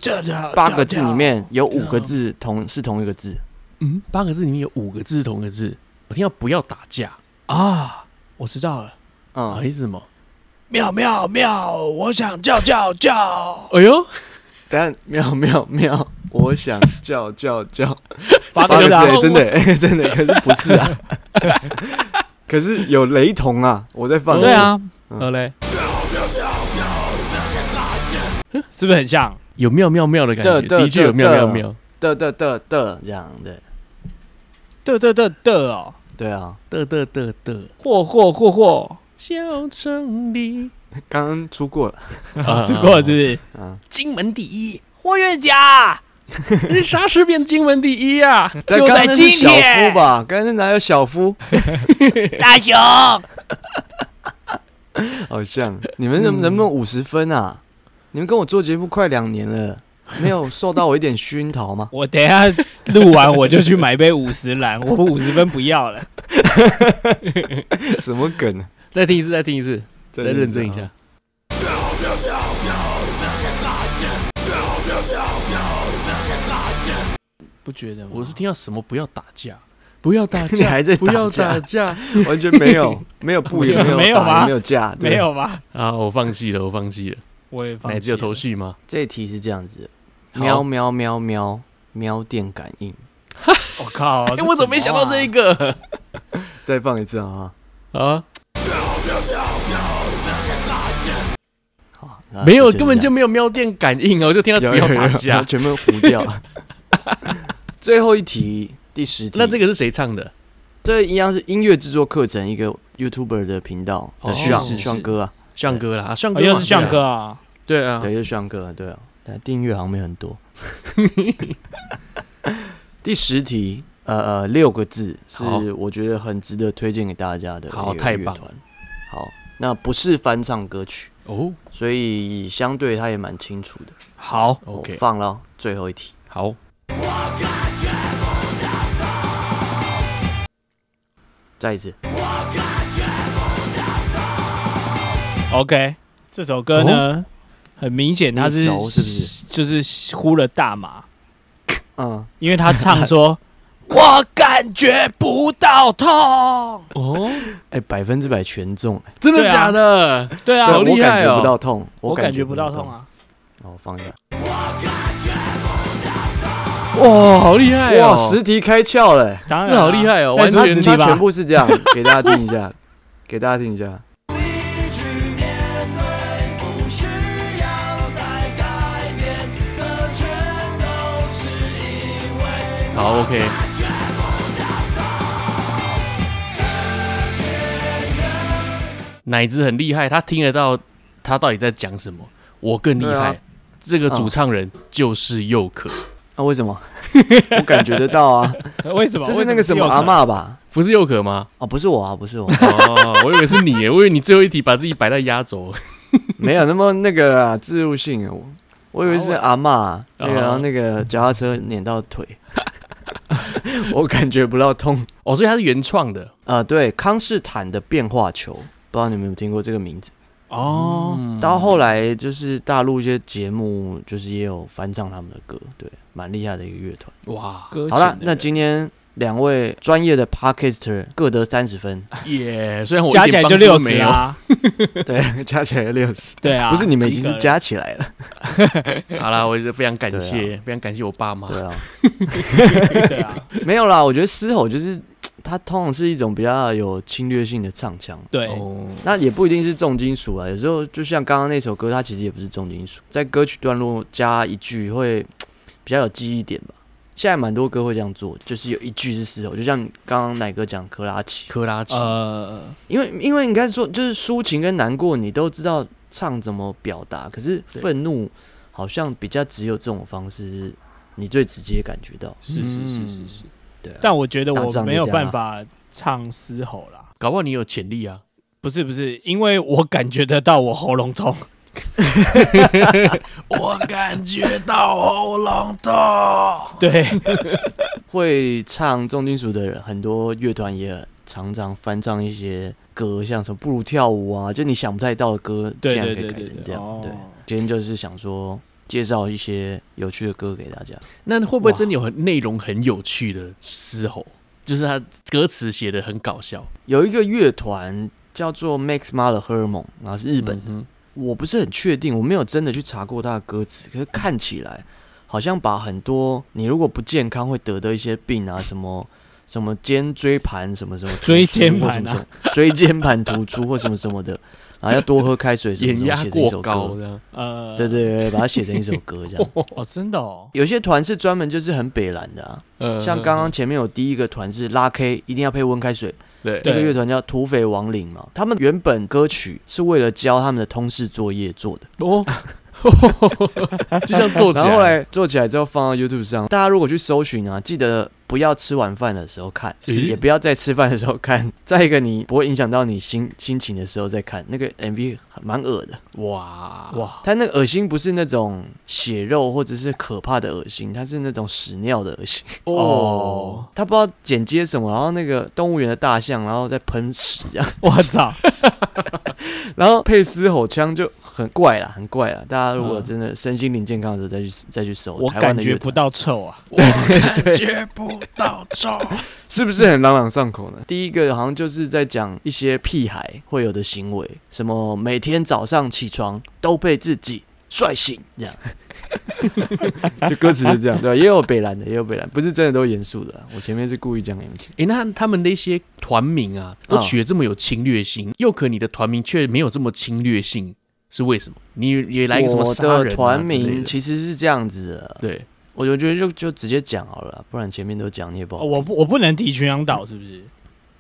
A: 八个字里面有五个字同是同一个字，
B: 嗯，八个字里面有五个字是同一个字，我听到不要打架，
C: 啊，我知道了。
A: 嗯，
B: 哎什么？
C: 妙妙妙，我想叫叫叫，
B: 哎呦，
A: 等一下喵喵喵，我想叫叫叫。
C: 八
A: 八
C: 个
A: 个
C: 字
A: 字
C: 啊
A: 欸，真的 欸真的，可是不是 啊，可是有雷同啊，我在放。
C: 对，啊，
B: 好嘞，
C: 是不是很像？
B: 有妙妙妙的感
A: 的
B: 觉，
A: 的
B: 的确有妙妙妙
A: 的的的的这样，对
C: 的的的的哦，
A: 对啊，
B: 的的的的，
C: 嚯嚯嚯嚯，
B: 小城里，
A: 刚刚出过了，
B: 啊
C: 这个是不是？
A: 啊，
B: 金门第一，
C: 霍元甲，
B: 你啥时变金门第一啊？
A: 但
C: 就
A: 刚
C: 在
A: 刚那是
C: 今
A: 小
C: 天
A: 夫吧？刚才哪有小夫？
C: 大雄，？
A: 好像你们能能不能五十分啊？你们跟我做节目快两年了，没有受到我一点熏陶 吗
C: 我等一下录完我就去买杯五十兰， 我五十分不要了。
A: 什么梗啊？
B: 再听一次，再听一次，哦
A: 再
B: 再认真一
A: 啊
B: 下。。
C: 不觉得吗？
B: 我是听到什么不要打架，不要 打架，
A: 你还在
B: 不要
A: 打
B: 打架
A: 啊完全没有，没有不也没有
C: 没有
A: 打也
C: 吗
A: 没有架，对
C: 没。有吧？
B: 啊！我放弃了，我放弃了。
C: 我也放
B: 乃
C: 弃
B: 至有
C: 了
B: 头绪吗？
A: 这一题是这样子的，
B: 好
A: 喵喵喵喵喵电感应，
C: 我靠！
B: 哎、我怎么没想到这一个
A: 再放一次好不好？
B: 啊？
A: 好，
B: 没有，根本就没有喵电感应哦，我就听到不要打 架。
A: 全部糊掉 了。最后一题，第十题，
B: 那这个是谁唱的？
A: 这一样是音乐制作课程一个 YouTuber 的频道
B: 哦
A: 的炫
B: 是是
A: 炫哥啊，
B: 炫哥啦，啊炫
C: 哦，
B: 哥嘛
C: 又是向哥，啊！
B: 对啊，
A: 对，就是炫哥啊，对啊，但订阅好像没很 多。第十题，呃呃，六个字是
B: 好
A: 我觉得很值得推荐给大家的
B: 好
A: 一个
B: 太
A: 乐
B: 棒
A: 团。好，那不是翻唱歌曲，
B: 哦
A: 所以相对它也蛮清楚的。
C: 好，
A: 我
B: ，OK，
A: 放了最后一题，
B: 好，
A: 再一次，
C: OK，这首歌呢，很明显他
A: 你
C: 是
A: 熟是不是
C: 就是呼了大麻，
A: 嗯，
C: 因为他唱说“我感觉不到痛
B: 哦，
A: 哎、百分之百全中、哎
B: 真的
C: 对啊
B: 假的？”，
C: 对
B: 好
C: 啊，
A: 我
B: 厉害
A: 感觉
B: 哦
A: 不到痛，
C: 我
A: 感
C: 感
A: 觉
C: 觉不到痛。啊。
A: 然后哦放一下，
B: 哇，好厉害哦！
A: 哇，十题开窍了、哎
C: 当然啊，
B: 这好厉害哦
C: 再
B: 完
C: 出
A: 他
B: 全
C: 十
A: 他
C: 题
A: 全
C: 吧。
A: 部是这样，给大家听一下，给大家听一下。
B: 好，OK。乃子很厉害，他听得到他到底在讲什么。我更厉
A: 对
B: 害，
A: 啊
B: 这个主唱人就是佑可，
A: 那、啊为什 么？我感觉得到 啊，
C: 为什么？
A: 这
C: 为
A: 是那个什么
C: 又
A: 阿嬷吧？
B: 不是佑可吗？
A: 哦，不是我啊，不 是我，
B: 哦，我以为是你耶，我以为你最后一题把自己摆在压轴。
A: 没有那么那个啦，自入性啊，我啊我以为是阿嬷，那个然后那个脚踏车碾到 腿，我感觉不到痛。
B: 哦，所以他是原创的
A: 啊，对，康斯坦的变化球，不知道你们有没有听过这个名字？
B: 哦。
A: 到后来就是大陆一些节目，就是也有翻唱他们的歌，对，蛮厉害的一个乐团。
B: 哇，
C: 歌
A: 好了
C: 琴，的
A: 那
C: 人
A: 今天两位专业的 podcaster 各得三十 分，
B: 耶！虽然我一
C: 加
B: 点
C: 起来
B: 帮
C: 就
B: 助都
C: 六
B: 没
C: 十
B: 有，
C: 啊。
A: 对，加起来六十。
C: 对啊，
A: 不是你们已
C: 及
A: 经
C: 格
A: 是
C: 了
A: 加起来了，
B: 好啦，我也是非常感
A: 对啊
B: 谢，非常感谢我爸
C: 哦
B: 妈
A: 对。啊，
C: 对啊，
A: 没有啦，我觉得嘶吼就是它通常是一种比较有侵略性的唱腔，
C: 对，
B: 哦，
A: 那也不一定是重金属啊，有时候就像刚刚那首歌，它其实也不是重金属，在歌曲段落加一句会比较有记忆点吧。现在蛮多歌会这样做，就是有一句是嘶吼，就像刚刚奶哥讲克拉奇，
B: 科拉奇，
C: 呃，
A: 因为因为应该说就是抒情跟难过，你都知道唱怎么表达，可是
C: 对
A: 愤怒好像比较只有这种方式是你最直接感觉到，
C: 是是是是是，
A: 对啊。
C: 但我觉得
A: 大致
C: 我
A: 上就
C: 没有
A: 这样啊
C: 办法唱嘶吼啦。
B: 搞不好你有潜力啊！
C: 不是不是，因为我感觉得到我喉咙痛。
B: 我感觉到喉咙痛。
C: 对，
A: 会唱重金属的人，很多乐团也常常翻唱一些歌，像什么不如跳舞啊，就你想不太到的歌，
C: 对
A: 竟然
C: 对
A: 可以
C: 对
A: 改
C: 对
A: 成这
C: 对，
A: 样。对，
C: 哦
A: 今天就是想说介绍一些有趣的歌给大家。
B: 那会不会真的有很内容很有趣的嘶吼？就是他歌词写的很搞笑，
A: 有一个乐团叫做 Max m a l e r h e r m o n 然后是日本，
B: 嗯
A: 我不是很确定，我没有真的去查过他的歌词，可是看起来好像把很多你如果不健康会得的一些病啊，什么什么肩椎盘什么什么突出
C: 椎间盘
A: 或什么什
C: 啊
A: 么 椎间盘突出或什么什么的，然后要多喝开水
B: 哼
A: 什么
B: 眼
A: 什么，
B: 压
A: 写成一
B: 过
A: 首
B: 高
A: 歌，
B: 这样。
C: 呃，
A: 对对对，把它写成一首歌 这样。
C: 哦，真的哦，
A: 有些团是专门就是很北蓝的啊，
B: 呃
A: 像刚刚前面有第一个团是拉 K，一定要配温开水，
B: 对
A: 那
C: 对
A: 个乐团叫土匪亡灵嘛，他们原本歌曲是为了教他们的通识作业做的，
B: 哦， 就像做起
A: 然后后
B: 来，
A: 来做起来之后放到 YouTube 上，大家如果去搜寻啊，记得不要吃晚饭的时候看，
B: 是
A: 也不要在吃饭的时候看。 再一个，你不会影响到你心心情的时候再看那个 MV，蛮恶的。
B: 哇哇，
C: 哇，
A: 它那个恶心不是那种血肉或者是可怕的恶心，它是那种屎尿的恶心。
B: 哦，
A: 他不知道剪接什么，然后那个动物园的啊 大象，然后再喷屎这样，
C: 我操，
A: 然后配嘶吼腔就很怪啦，很怪啦。大家如果
C: 嗯
A: 真的身心灵健康的时候再去再去搜，
C: 我
A: 台湾
C: 感
A: 的
C: 觉
A: 乐
C: 不
A: 团
C: 到臭啊，
B: 我感觉不到 臭。
A: 是不是很朗朗上口呢？第一个好像就是在讲一些屁孩会有的行为，什么每天早上起床都被自己帅醒，这样， 就歌词是这样，对吧、啊也有北兰的，也有北兰，不是真的都严肃的啊啦。我前面是故意讲你们听，
B: 诶，那他们的一些团名啊，都
A: 嗯
B: 取得这么有侵略性，又可你的团名却没有这么侵略性，是为什么？你也来一个什么
A: 我
B: 杀人、啊、
A: 的团名
B: 之类
A: 其实是这样子的
B: 的，对，
A: 我就觉得就就直接讲好了啦，不然前面都讲你也不好
C: 哦。我不我不能提群羊岛是不是？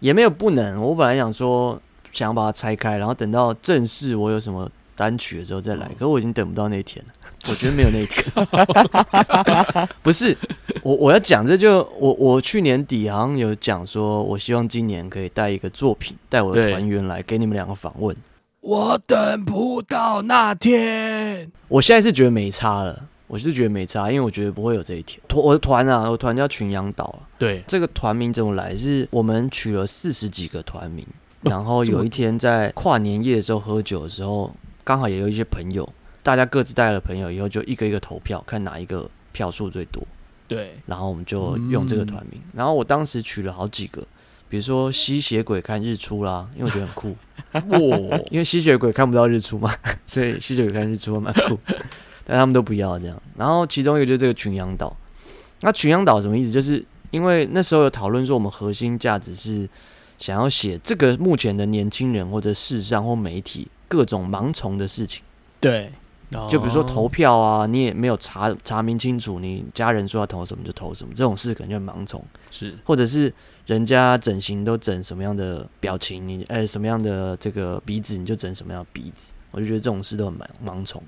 A: 也没有不能，我本来想说想把它拆开，然后等到正式我有什么单曲的时候再来，可是我已经等不到那一天了，我觉得没有那一天。 不是，我我要讲这就我我去年底好像有讲说，我希望今年可以带一个作品，带我的
B: 对
A: 团员来给你们两个访问。
C: 我等不到那天。
A: 我现在是觉得没差了，我是觉得没差，因为我觉得不会有这一天。团我的团啊，我团叫群羊岛啊，
B: 对，
A: 这个团名怎么来？是我们取了四十几个团名，然后有一天在跨年夜的时候喝酒的时候，刚好也有一些朋友，大家各自带了朋友以后，就一个一个投票，看哪一个票数最多，
C: 对，
A: 然后我们就用这个团名。然后我当时取了好几个，比如说吸血鬼看日出啦，因为我觉得很酷，
B: 哇，
A: 因为吸血鬼看不到日出嘛，所以吸血鬼看日出蛮酷， 但他们都不要这样。然后其中一个就是这个群羊岛，那群羊岛什么意思？就是因为那时候有讨论说，我们核心价值是想要写这个目前的年轻人或者世上或媒体各种盲从的事情，
C: 对，
B: 哦
A: 就比如说投票啊，你也没有查查明清楚，你家人说要投什么就投什么，这种事可能就很盲从。
B: 是
A: 或者是人家整形都整什么样的表情，你呃什么样的这个鼻子你就整什么样的鼻子，我就觉得这种事都很盲盲从。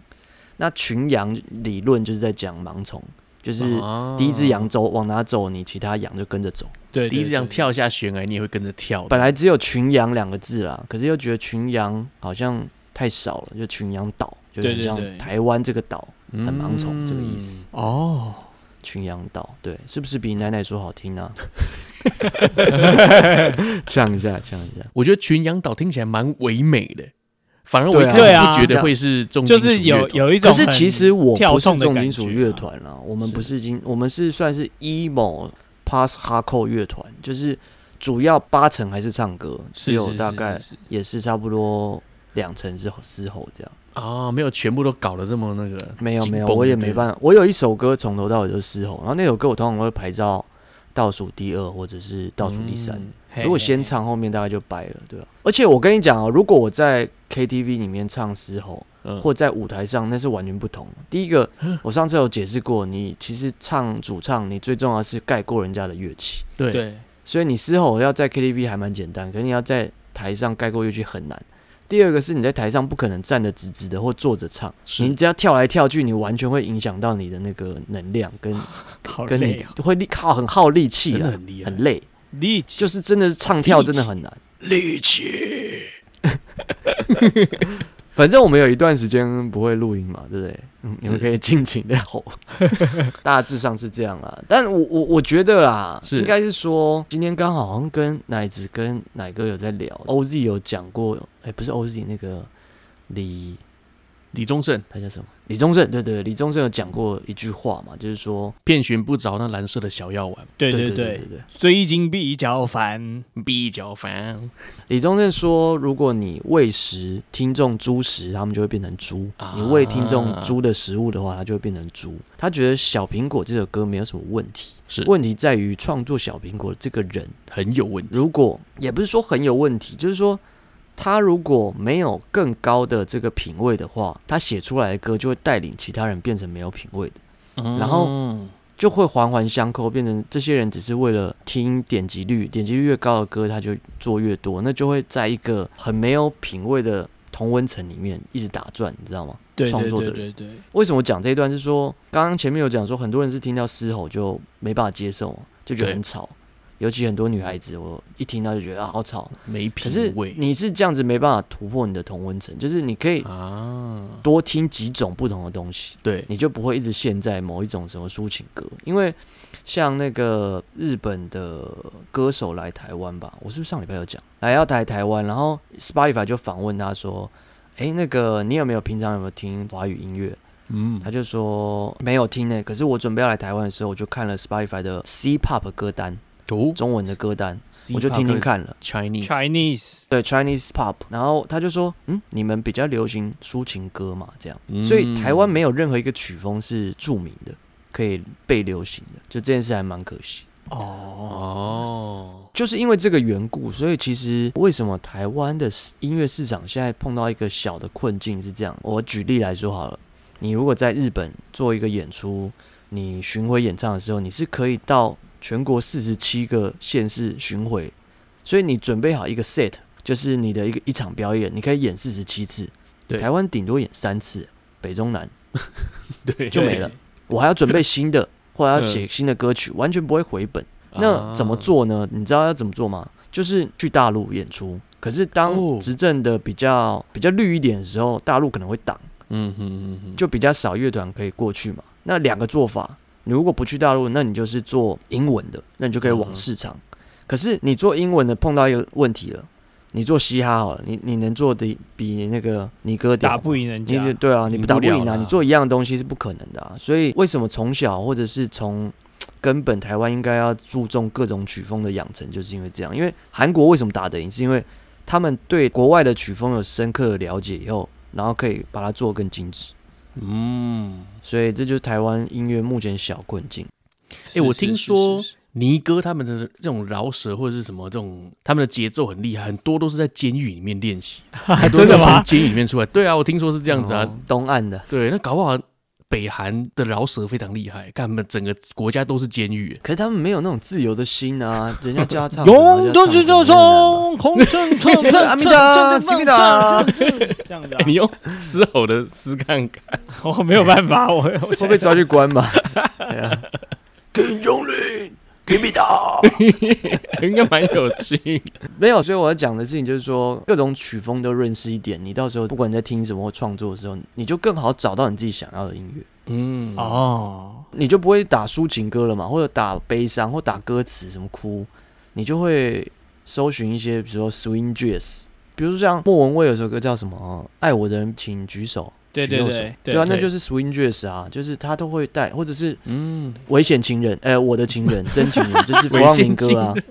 A: 那群羊理论就是在讲盲从，就是
C: 哦
A: 第一只，
B: 啊
A: 羊走往哪走，你其他羊就跟着走。
C: 对，
B: 第一只
C: 对
B: 羊，跳下悬崖，你也会跟着跳。
A: 本来只有群羊两个字啦，可是又觉得群羊好像太少了，就群羊岛，就
C: 对
A: 很
C: 对
A: 像
C: 对嗯
A: 台湾这个岛
B: 很
A: 很盲从这个意思。。
C: 哦，
A: 群羊岛，对，是不是比奶奶说好听 啊？呛一下，呛一下。
B: 我觉得群羊岛听起来蛮唯美的，反而我一
A: 对啊
B: 开
C: 对
B: 始
C: 啊
B: 不觉得会是重金
C: 就
B: 属乐
C: 是有
B: 团
C: 有一种
A: 可
C: 很
A: 是其实我
C: 跳
A: 不
C: 动
A: 是
C: 的
A: 重
C: 感
A: 金属
C: 觉啊
A: 乐团啦，我们
B: 是
A: 不是金，我们是算是 emo past hardcore 乐团，就是主要八成还是唱歌，
C: 是
A: 只有
C: 是
A: 大
C: 是
A: 概
C: 是是
A: 也是差不多两成是嘶吼这样。
B: 啊，没有全部都搞得这么那个。
A: 没有没有，
B: 紧绷
A: 我也
B: 就对
A: 没
B: 了
A: 办法，我有一首歌从头到尾都是嘶吼，然后那首歌我通常会排到倒数第二或者是倒数第三。
B: 嗯
C: 啊嘿
A: 如果先，唱，后面大概就掰了，对吧？而且我跟你讲哦，如果我在 KTV 里面唱嘶吼，
B: 嗯
A: 或在舞台上，那是完全不同。第一个，我上次有解释过，你其实唱主唱，你最重要的是盖过人家的乐器，
C: 嘿嘿
B: 嗯对，
C: 对，
A: 所以你嘶吼要在 KTV 还蛮简单，可是你要在台上盖过乐器很难。第二个是你在台上不可能站得直直的或坐着唱，
B: 是
A: 你只要跳来跳去，你完全会影响到你的那个能量跟
C: 好
A: 跟
C: 累
A: 你
C: 哦，
A: 会力耗很耗力气
B: 真的
A: 啊，
B: 很厉害，
A: 很累，
C: 力气
A: 就是真的是唱跳真的很难。
B: 力气。
A: 反正我们有一段时间不会录音嘛，对不对？嗯，你们可以尽情的吼，大致上是这样啦。但我我我觉得啦，
B: 是
A: 应该是说今天刚好好像跟奶子跟奶哥有在聊，OZ 有讲过，哎、不是 OZ 那个李
B: 李宗盛
A: 他叫什么？李宗盛，对对，李宗盛有讲过一句话嘛，就是说，
B: 遍寻不着那蓝色的小药丸，
C: 对
A: 对
C: 对
A: 对
C: 对，
A: 对，
C: 追金必较烦，
B: 比较烦
A: 李宗盛说，如果你喂食听众猪食，他们就会变成猪；
B: 啊
A: 你喂听众猪的食物的话，它就会变成猪。他觉得《小苹果》这首歌没有什么问题，
B: 是
A: 问题在于创作《小苹果》这个人，
B: 很有问题。
A: 如果也不是说很有问题，就是说他如果没有更高的这个品味的话，他写出来的歌就会带领其他人变成没有品味的。然后
B: 嗯
A: 就会环环相扣，变成这些人只是为了听点击率，点击率越高的歌，他就做越多，那就会在一个很没有品味的同温层里面一直打转，你知道吗？
C: 对
A: 创
C: 对
A: 作
C: 对
A: 的
C: 对对，
A: 为什么我讲这一段是说，刚刚前面有讲说，很多人是听到嘶吼就没办法接受，就觉得
B: 对
A: 很吵，尤其很多女孩子，我一听到就觉得啊好吵。
B: 没
A: 可
B: 品
A: 是
B: 味
A: 你是这样子没办法突破你的同温层，就是你可以
B: 啊，
A: 多听几种不同的东西，
B: 对，
A: 你就不会一直陷在某一种什么抒情歌，因为像那个日本的歌手来台湾吧，我是不是上礼拜有讲，来要来台湾，然后 Spotify 就访问他说，哎、那个你有没有平常有没有听华语音乐？
B: 嗯
A: 他就说没有听呢、欸可是我准备要来台湾的时候，我就看了 Spotify 的 C-pop 歌单，
B: 哦，
A: 中文的歌单，我就听听看了。
B: Chinese，
C: Chinese
A: 对 Chinese pop，然后他就说，嗯，你们比较流行抒情歌嘛，这样，
B: 嗯
A: 所以台湾没有任何一个曲风是著名的，可以被流行的，就这件事还蛮可惜。
C: 哦，
B: 哦，
A: 就是因为这个缘故，所以其实为什么台湾的市音乐市场现在碰到一个小的困境是这样。我举例来说好了，你如果在日本做一个演出，你巡回演唱的时候，你是可以到全国四十七个县市巡回，所以你准备好一个 set，就是你的一个一场表演，你可以演四十七次。
B: 对
A: 台湾顶多演三次，北中南
B: 对，
A: 就没了。我还要准备新的，或者要写新的歌曲，完全不会回本。
B: 啊
A: 那怎么做呢？你知道要怎么做吗？就是去大陆演出。可是
B: 哦
A: 当执政的比较比较绿一点的时候，大陆可能会挡，
B: 啊？嗯哼嗯哼，
A: 就比较少乐团可以过去嘛。那两个做法，你如果不去大陆，那你就是做英文的，那你就可以往市场。可是你做英文的碰到一个问题了，你做嘻哈好了，你你能做的比那个你哥屌
C: 打
A: 吗
C: 不赢人
A: 你就
C: 家，
A: 对啊，你
B: 赢
A: 不打
B: 不
A: 不
B: 了
A: 赢啊，
B: 啦
A: 你做一样的东西是不可能的啊。所以为什么从小或者是从根本台湾应该要注重各种曲风的养成，就是因为这样。因为韩国为什么打得赢，是因为他们对国外的曲风有深刻的了解以后，然后可以把它做得更精致。
B: 嗯，
A: 所以这就是台湾音乐目前小困境。
B: 哎，我
C: 是
B: 听
C: 是是
B: 说
C: 是
B: 尼哥他们的这种饶舌或者是什么这种，他们的节奏很厉害，很多都是在监狱里面练 习，很多
C: 真的
B: 都
C: 吗
B: 从监狱里面出来。对啊，我听说是这样子啊。
A: 东岸的，
B: 对，那搞不好北韩的饶舌非常厉害，看他们整个国家都是监狱。
A: 可是他们没有那种自由的心啊，人家叫他唱什么
C: 永
A: 他就
C: 动
A: 唱什
C: 之
A: 么
C: 中
A: 真的很难吧谢
C: 冲，红尘唱
A: 谢阿弥陀思密达
C: 这样的啊
B: 哎，你用嘶吼的嘶看看，
C: 我没有办法，我我
A: 会被抓去关 吧？对啊，跟踪林，给你打。
B: 应该蛮有趣。
A: 没有，所以我要讲的事情就是说，各种曲风都认识一点，你到时候不管在听什么或创作的时候，你就更好找到你自己想要的音乐，
B: 嗯，
C: 哦，
A: 你就不会打抒情歌了嘛，或者打悲伤，或打歌词什么哭，你就会搜寻一些，比如说 swing jazz，比如说像莫文蔚有首歌叫什么呃“爱我的人请举手”，
C: 对对
A: 举右手
C: 对
A: 对啊，那
B: 对
A: 就是 swing jazz 啊，就是他都会带，或者是
B: 嗯，
A: 危险情人，呃，我的情人，真情人，就是弗
B: 危
A: 朗
B: 险
A: 明哥啊
B: 情，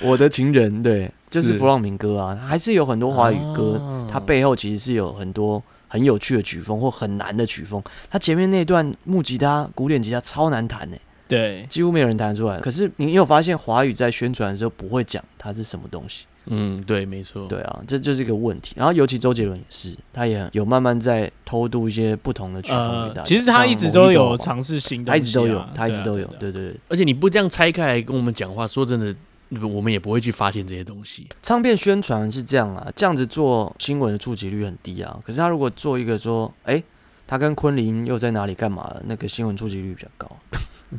A: 我的情人，对，就是
B: 是
A: 弗朗明哥啊，还是有很多华语歌，
B: 哦
A: 它背后其实是有很多很有趣的曲风或很难的曲风。它前面那段木吉他、古典吉他超难弹呢、
C: 对，
A: 几乎没有人弹出来。可是你有发现华语在宣传的时候不会讲它是什么东西？
B: 嗯，对，没错，
A: 对啊，这就是一个问题。然后尤其周杰伦也是，他也有慢慢在偷渡一些不同的曲风给大
C: 呃
A: 家。，
C: 其实他
A: 像
C: 一直
A: 蒙
C: 都
A: 一
C: 有
A: 好不好
C: 尝试新东
A: 他
C: 西啊，
A: 一直都有，他一
C: 对
A: 直
C: 啊
A: 都有，
C: 对啊
A: 对对对。
B: 而且你不这样拆开来跟我们讲话，说真的，我们也不会去发现这些东西。
A: 唱片宣传是这样啊，这样子做新闻的触及率很低啊。可是他如果做一个说，哎、他跟昆凌又在哪里干嘛了，那个新闻触及率比较高。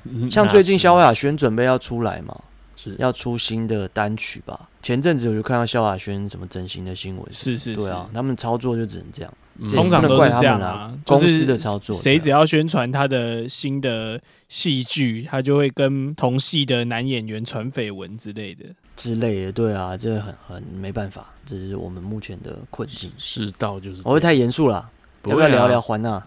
B: 嗯
A: 像最近萧亚轩准备要出来嘛，
B: 是
A: 要出新的单曲吧。前阵子我就看到萧亚轩什么整形的新闻，
C: 是是，
A: 对啊，他们操作就只能这样。
B: 是，
C: 通常
A: 不能
C: 都
A: 怪
C: 是
A: 他
C: 这
A: 们
C: 样
A: 啦
C: 啊，
A: 公
C: 就是
A: 司的操作这
C: 谁
A: 样
C: 只要宣传他的新的戏剧，他就会跟同系的男演员传绯闻之类的。
A: 之类的，对啊，这很很没办法，这是我们目前的困境。
B: 世道就是这样，
A: 我会太严肃了，要
B: 会
A: 不要
B: 啊
A: 聊聊？环娜？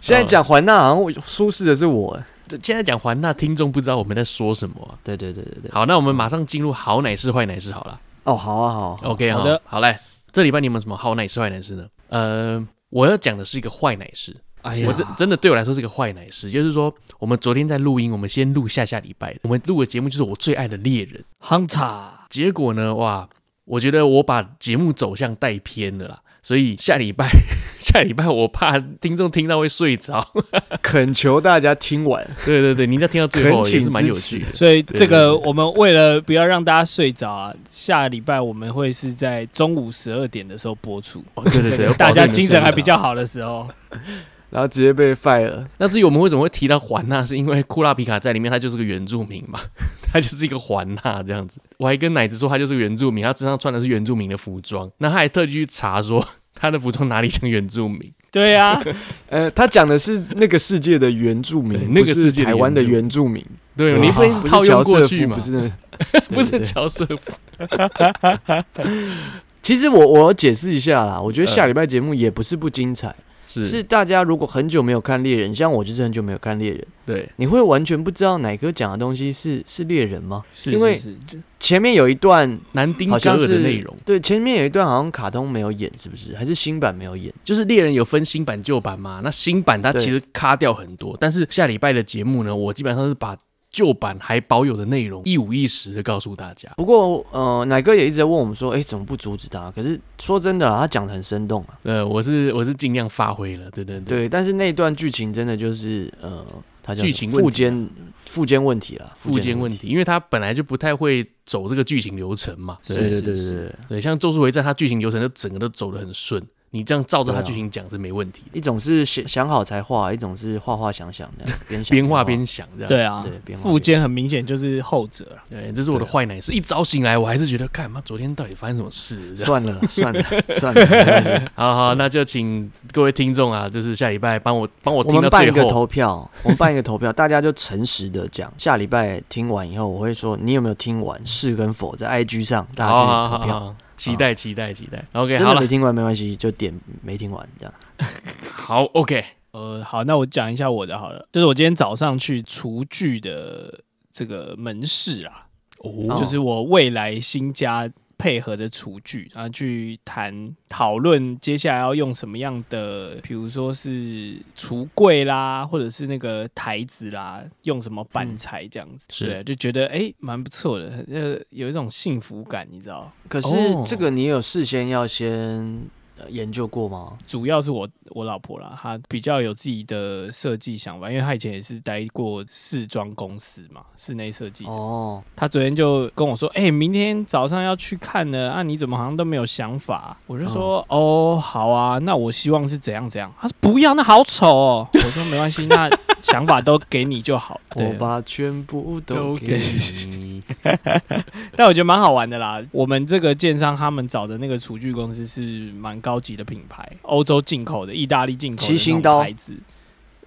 A: 现在讲环娜，好像我舒适的是我。
B: 对现在讲环那听众不知道我们在说什么啊、
A: 对对对对对，
B: 好，那我们马上进入好奶是坏奶是好了。
A: 哦，好啊好啊，
B: OK，
C: 好的，
B: 好嘞。这礼拜你们有什么好奶是坏奶是呢？呃，我要讲的是一个坏奶是，
A: 哎
B: 我真真的对我来说是一个坏奶是，就是说我们昨天在录音，我们先录下下礼拜的，我们录的节目就是我最爱的猎人。
C: Hunter，
B: 结果呢，哇，我觉得我把节目走向带偏了啦，所以下礼拜下礼拜我怕听众听到会睡着。
A: 恳求大家听完，
B: 对对对，你要听到最
A: 恳
B: 后也是
A: 请
B: 蛮
A: 支
B: 有
A: 持
B: 趣的。
C: 所以这
B: 对对
C: 个
B: 对
C: 我们为了不要让大家睡着啊，下礼拜我们会是在中午十二点的时候播出，
B: 哦，对对对，我保
C: 大家
B: 证你们
C: 精神还
B: 睡不
C: 比
B: 着
C: 较好的时候。
A: 然后直接被 fire 了。
B: 那至于我们为什么会提到环纳，是因为库拉皮卡在里面他就是个原住民嘛，他就是一个环纳这样子。我还跟奶子说他就是个原住民，他身上穿的是原住民的服装，那他还特地去查说他的服装哪里像原住民。
C: 对啊，
A: 呃，他讲的是那个世界的原住
B: 对
A: 民，
B: 那个
A: 不是
B: 世界的
A: 台湾的原住民，啊
B: 对，
A: 对
B: 你不能一直套用过去嘛
A: 不，是乔瑟夫
B: 不
A: 不是
B: 是
A: 那，
B: 乔瑟夫。
A: 其实我我要解释一下啦，我觉得下礼拜节目也不是不精彩，
B: 嗯是
A: 是大家如果很久没有看猎人，像我就是很久没有看猎人，
B: 对，
A: 你会完全不知道哪哥讲的东西是是猎人吗？
C: 是
A: 因为
C: 是是
A: 前面有一段
B: 南丁
A: 好
B: 格
A: 像
B: 尔的
A: 是
B: 内容，
A: 对，前面有一段好像卡通没有演，是不是？还是新版没有演？
B: 就是猎人有分新版旧版嘛，那新版它
A: 对
B: 其实卡掉很多，但是下礼拜的节目呢，我基本上是把旧版还保有的内容一五一十的告诉大家。
A: 不过呃，奶哥也一直在问我们说，哎、怎么不阻止他？可是说真的啦，他讲的很生动啊。
B: 呃，我是我是尽量发挥了，对对对，
A: 对，但是那一段剧情真的就是呃，他叫
B: 剧情
A: 什么
B: 问
A: 附
B: 题
A: 件附件问题啦，
B: 附件问题，因为它本来就不太会走这个剧情流程嘛，
A: 对。
B: 对
A: 对对
B: 对对
A: 对对，对
B: 对，像《咒术回战》，它剧情流程就整个都走得很顺，你这样照着它
A: 对啊
B: 剧情讲是没问题的，
A: 一种是想想好才画，一种是画画想想这样，边想
B: 边画边想这样。
C: 对啊
A: 对，边画
C: 附件很明显就是后者啊了，
B: 对，这是我的坏奶事。一早醒来，我还是觉得，干妈昨天到底发生什么事？这样
A: 算了 啦算了算了没关系，
B: 好好，那就请各位听众啊，就是下礼拜帮我 帮
A: 我
B: 我听
A: 们
B: 到
A: 办
B: 最
A: 一个
B: 后。
A: 投票，我们办一个投票，大家就诚实的讲，下礼拜听完以后，我会说你有没有听完是跟否，在 IG 上大家
B: 好好
A: 去
B: 好
A: 投票。
B: 好，期待期待期待。OK，
A: 真
B: 好
A: 的
B: 了
A: 没，听完没关系，就点没听完这样。
B: 好 OK，
C: 呃，好，那我讲一下我的好了，就是我今天早上去厨具的这个门市啊，
B: 哦，
C: 就是我未来新家配合的厨具，然后去谈讨论接下来要用什么样的，比如说是橱柜啦，或者是那个台子啦，用什么板材这样子，
B: 嗯是
C: 对，就觉得哎蛮、不错的，呃，有一种幸福感，你知道。
A: 可是
B: 哦
A: 这个你有事先要先呃研究过吗？
C: 主要是我我老婆啦，她比较有自己的设计想法，因为她以前也是待过试装公司嘛，室内设计的。
A: 哦，
C: 她昨天就跟我说：“哎、明天早上要去看呢，啊，你怎么好像都没有想法啊、我就说：“哦，好啊，那我希望是怎样怎样。”她说：“不要，那好丑哦。”我说：“没关系，那想法都给你就好。”
A: 我
C: 对，啊
A: 把全部都给你。
B: 你
C: 但我觉得蛮好玩的啦。我们这个建商他们找的那个厨具公司是蛮高级的品牌，欧洲进口的，意大利进口的
A: 七星
C: 那种
A: 刀
C: 牌子。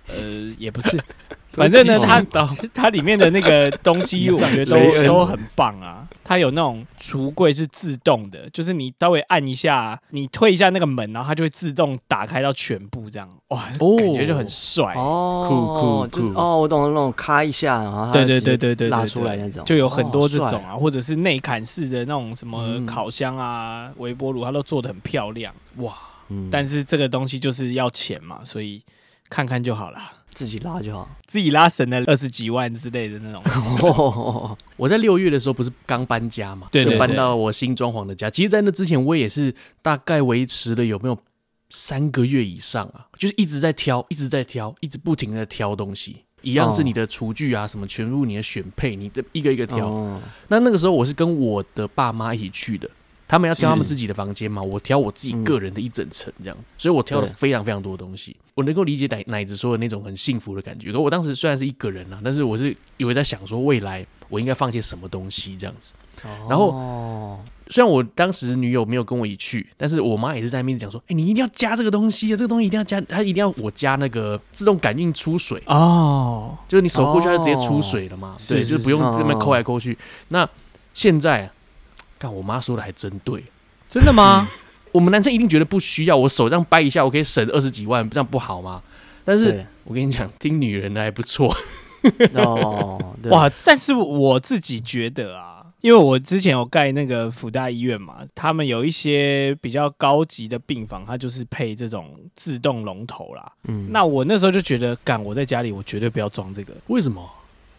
C: 呃，也不 是，反正呢
B: 什么
C: 他
B: 七星刀
C: 它里面的那个东 西，我觉得
B: 雷恩
C: 都都很棒啊。它有那种橱柜是自动的，就是你稍微按一下，你推一下那个门，然后它就会自动打开到全部这样，哇，
B: 哦
C: 感觉就很帅。
A: 哦，
B: 酷
A: 就
B: 酷
A: 是哦，我懂了，那种咔一下，然后它
C: 对
A: 直
C: 对
A: 接
C: 对对对，
A: 拉
C: 对
A: 出来那种，
C: 就有很多
A: 哦
C: 这种。
A: 帅
C: 啊，或者是内砍式的那种什么
B: 嗯
C: 烤箱啊、微波炉，它都做的很漂亮。
B: 哇，
A: 嗯，
C: 但是这个东西就是要钱嘛，所以看看就好啦。
A: 自己拉就好。
C: 自己拉省了二十几万之类的 那种，
A: 哦，
B: 我在六月的时候不是刚搬家嘛，
C: 对
A: 对
B: 就搬
C: 对
B: 到我新装潢的家。其实，在那之前，我也是大概维持了有没有三个月以上啊，就是一直在挑，一直在挑，一直不停的挑东西。一样是
A: 哦
B: 你的厨具啊，什么全部你的选配，你的一个一个挑。
A: 哦
B: 那那个时候我是跟我的爸妈一起去的，他们要挑
A: 是
B: 他们自己的房间嘛，我挑我自己个人的一整层这样，所以我挑了
A: 对
B: 非常非常多东西。我能够理解奶奶子说的那种很幸福的感觉，可我当时虽然是一个人啊，但是我是有在想说未来我应该放些什么东西这样子。然后
A: 后
B: 虽然我当时女友没有跟我一起去，但是我妈也是在那边讲说：“哎、你一定要加这个东西啊，这个东西一定要加，她一定要我加那个自动感应出水，
C: 哦，
B: 就是你手过去它就直接出
A: 哦
B: 水了嘛，
C: 是
B: 对，
C: 是
B: 就是不用
A: 是
B: 这么
A: 嗯
B: 抠来抠去。那现在啊，看我妈说的还真对，嗯
C: 真的吗？
B: 我们男生一定觉得不需要，我手这样掰一下，我可以省二十几万，这样不好吗？但是
A: 对
B: 我跟你讲，听女人的还不错，
A: 哦，对，
C: 哇！但是我自己觉得啊，因为我之前有盖那个福大医院嘛，他们有一些比较高级的病房，它就是配这种自动龙头啦。
A: 嗯，
C: 那我那时候就觉得，干我在家里，我绝对不要装这个。
B: 为什么？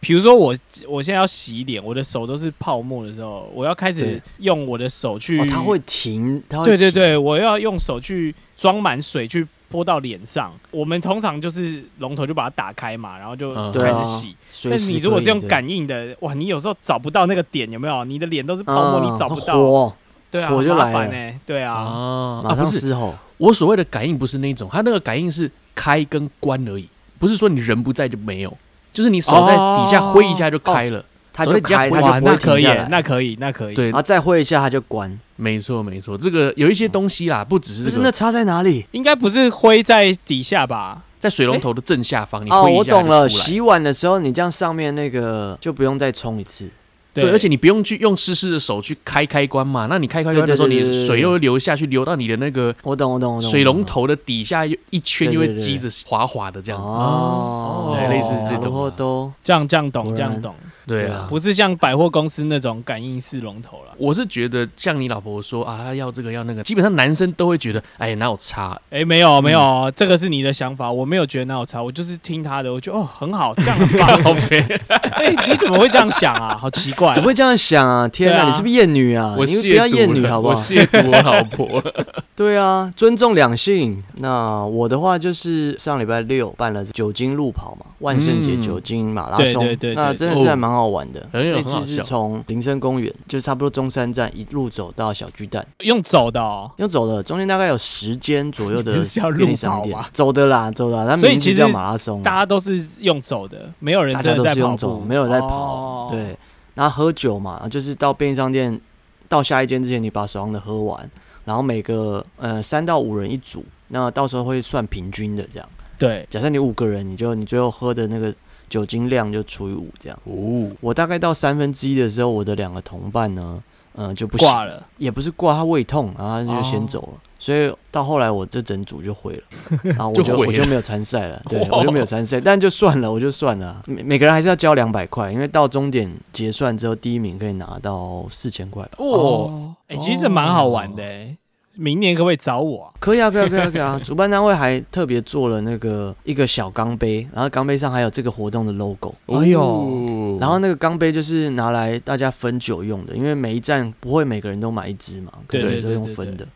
C: 比如说我我现在要洗脸，我的手都是泡沫的时候，我要开始
A: 对
C: 用我的手去，
A: 哦，它会停，它会
C: 对对
A: 停，
C: 对，我要用手去装满水去泼到脸上。我们通常就是龙头就把它打开嘛，然后就
B: 嗯
C: 开
A: 对啊
C: 始洗。
A: 随
C: 但
A: 时
C: 是你如果
A: 可以
C: 是用
A: 对
C: 感应的，哇，你有时候找不到那个点，有没有？你的脸都是泡沫，
A: 嗯
C: 你找不到，
A: 火
C: 对啊，
A: 火就来了
C: 呢、对啊，
B: 啊啊，
A: 马
B: 不
A: 上
B: 是，
A: 嘶吼，
B: 我所谓的感应不是那种，它那个感应是开跟关而已，不是说你人不在就没有，就是你手在
A: 哦
B: 底下挥一下就开了。
A: 它
B: 手
A: 就
B: 在底下
A: 开，
B: 挥
A: 它
C: 哇，
A: 就不
C: 啊那
A: 会
C: 可
A: 停
C: 以
A: 下
C: 耶，
A: 来，
C: 那可以，那可以，
B: 啊对
A: 然，后再挥一下它就关，
B: 没错没错，这个有一些东西啦，不只是
A: 不是
B: 这
A: 那
B: 个，
A: 差在哪里？
C: 应该不是挥在底下吧？
B: 在水龙头的正下方，你
A: 哦，
B: 挥一
A: 我
B: 下就
A: 懂了，
B: 出来。
A: 洗碗的时候你这样上面那个就不用再冲一次，
B: 对，而且你不用去用湿湿的手去开开关嘛，那你开开关的时候，
A: 对对对
B: 你
A: 对对
B: 水又流下去，流到你的那个
A: 我懂我懂我懂，
B: 水龙
A: 我懂
B: 头的底下又一圈
A: 对
B: 就会
A: 对对
B: 积着滑滑的这样子。
A: 哦，
B: 对类似这
A: 然
B: 种
A: 后
B: 的
A: 都
C: 这样这样懂
A: 果
C: 这样
A: 然
C: 懂，
B: 对
A: 对啊，
B: 啊
C: 不是像百货公司那种感应式龙头了。
B: 我是觉得像你老婆说啊，她要这个要那个，基本上男生都会觉得，哎，哪有差？
C: 哎、没有没有、
A: 嗯
C: 这个是你的想法，我没有觉得哪有差，我就是听他的，我觉得哦很好，这样很棒。
B: 好肥，
A: 啊
C: 哎、你怎么会这样想啊？好奇
B: 哎
C: 怪
A: 怎，么会这样想啊？天
C: 对
A: 哪，
C: 啊
A: 你是不是厌女啊？
B: 我
A: 你
B: 亵
A: 不要厌
B: 渎
A: 女
B: 了，
A: 好不
B: 我
A: 好？
B: 亵渎我老 婆了。
A: 对啊，尊重两性。那我的话就是上礼拜六办了酒精路跑嘛，万圣节
B: 嗯
A: 酒精马拉
C: 对
A: 松，
C: 对对
A: 那
C: 对
A: 真的
B: 哦
A: 是还蛮好玩的。
B: 很有
A: 这
B: 很好
A: 次是
B: 笑
A: 从林森公园，就差不多中山站一路走到小巨蛋，
C: 用走的哦。
A: 因为走了中间大概有十间左右的
C: 你是要路
A: 便利商
C: 跑
A: 店
C: 吧，
A: 走的啦，走的啦。它
C: 所以
A: 名字
C: 其实
A: 叫马拉松啊，
C: 大家都是用走的，没有人
A: 大家
C: 真的
A: 都
C: 在
A: 是
C: 跑
A: 用
C: 步
A: 走，，没有人在
C: 哦
A: 跑。，对，然后喝酒嘛，就是到便利商店，到下一间之前，你把手上的喝完，然后每个呃三到五人一组，那到时候会算平均的这样。
C: 对，
A: 假设你五个人，你就你最后喝的那个酒精量就除以五这样。
B: 哦，
A: 我大概到三分之一的时候，我的两个同伴呢，呃就不行
C: 挂了。
A: 也不是挂，他胃痛，然后他就
C: 哦
A: 先走了。所以到后来我这整组就毁了，然后我就
B: 就毁了
A: 我就没有参赛了，对
B: 哇
A: 我就没有参赛，但就算了，我就算了。每每个人还是要交两百块，因为到终点结算之后，第一名可以拿到四千块吧。
B: 哦，
C: 哎、其实这蛮好玩
A: 哦
C: 的、哎明年可不可以找我、啊？
A: 可以啊，可以啊，可以啊，可以啊！主办单位还特别做了那个一个小钢杯，然后钢杯上还有这个活动的 logo，
B: 哦
C: 哎呦
A: 然后那个钢杯就是拿来大家分酒用的，因为每一站不会每个人都买一支嘛，可
C: 对
A: 能
C: 对
A: 有时候
C: 对
A: 用
C: 对
A: 分
C: 对
A: 的。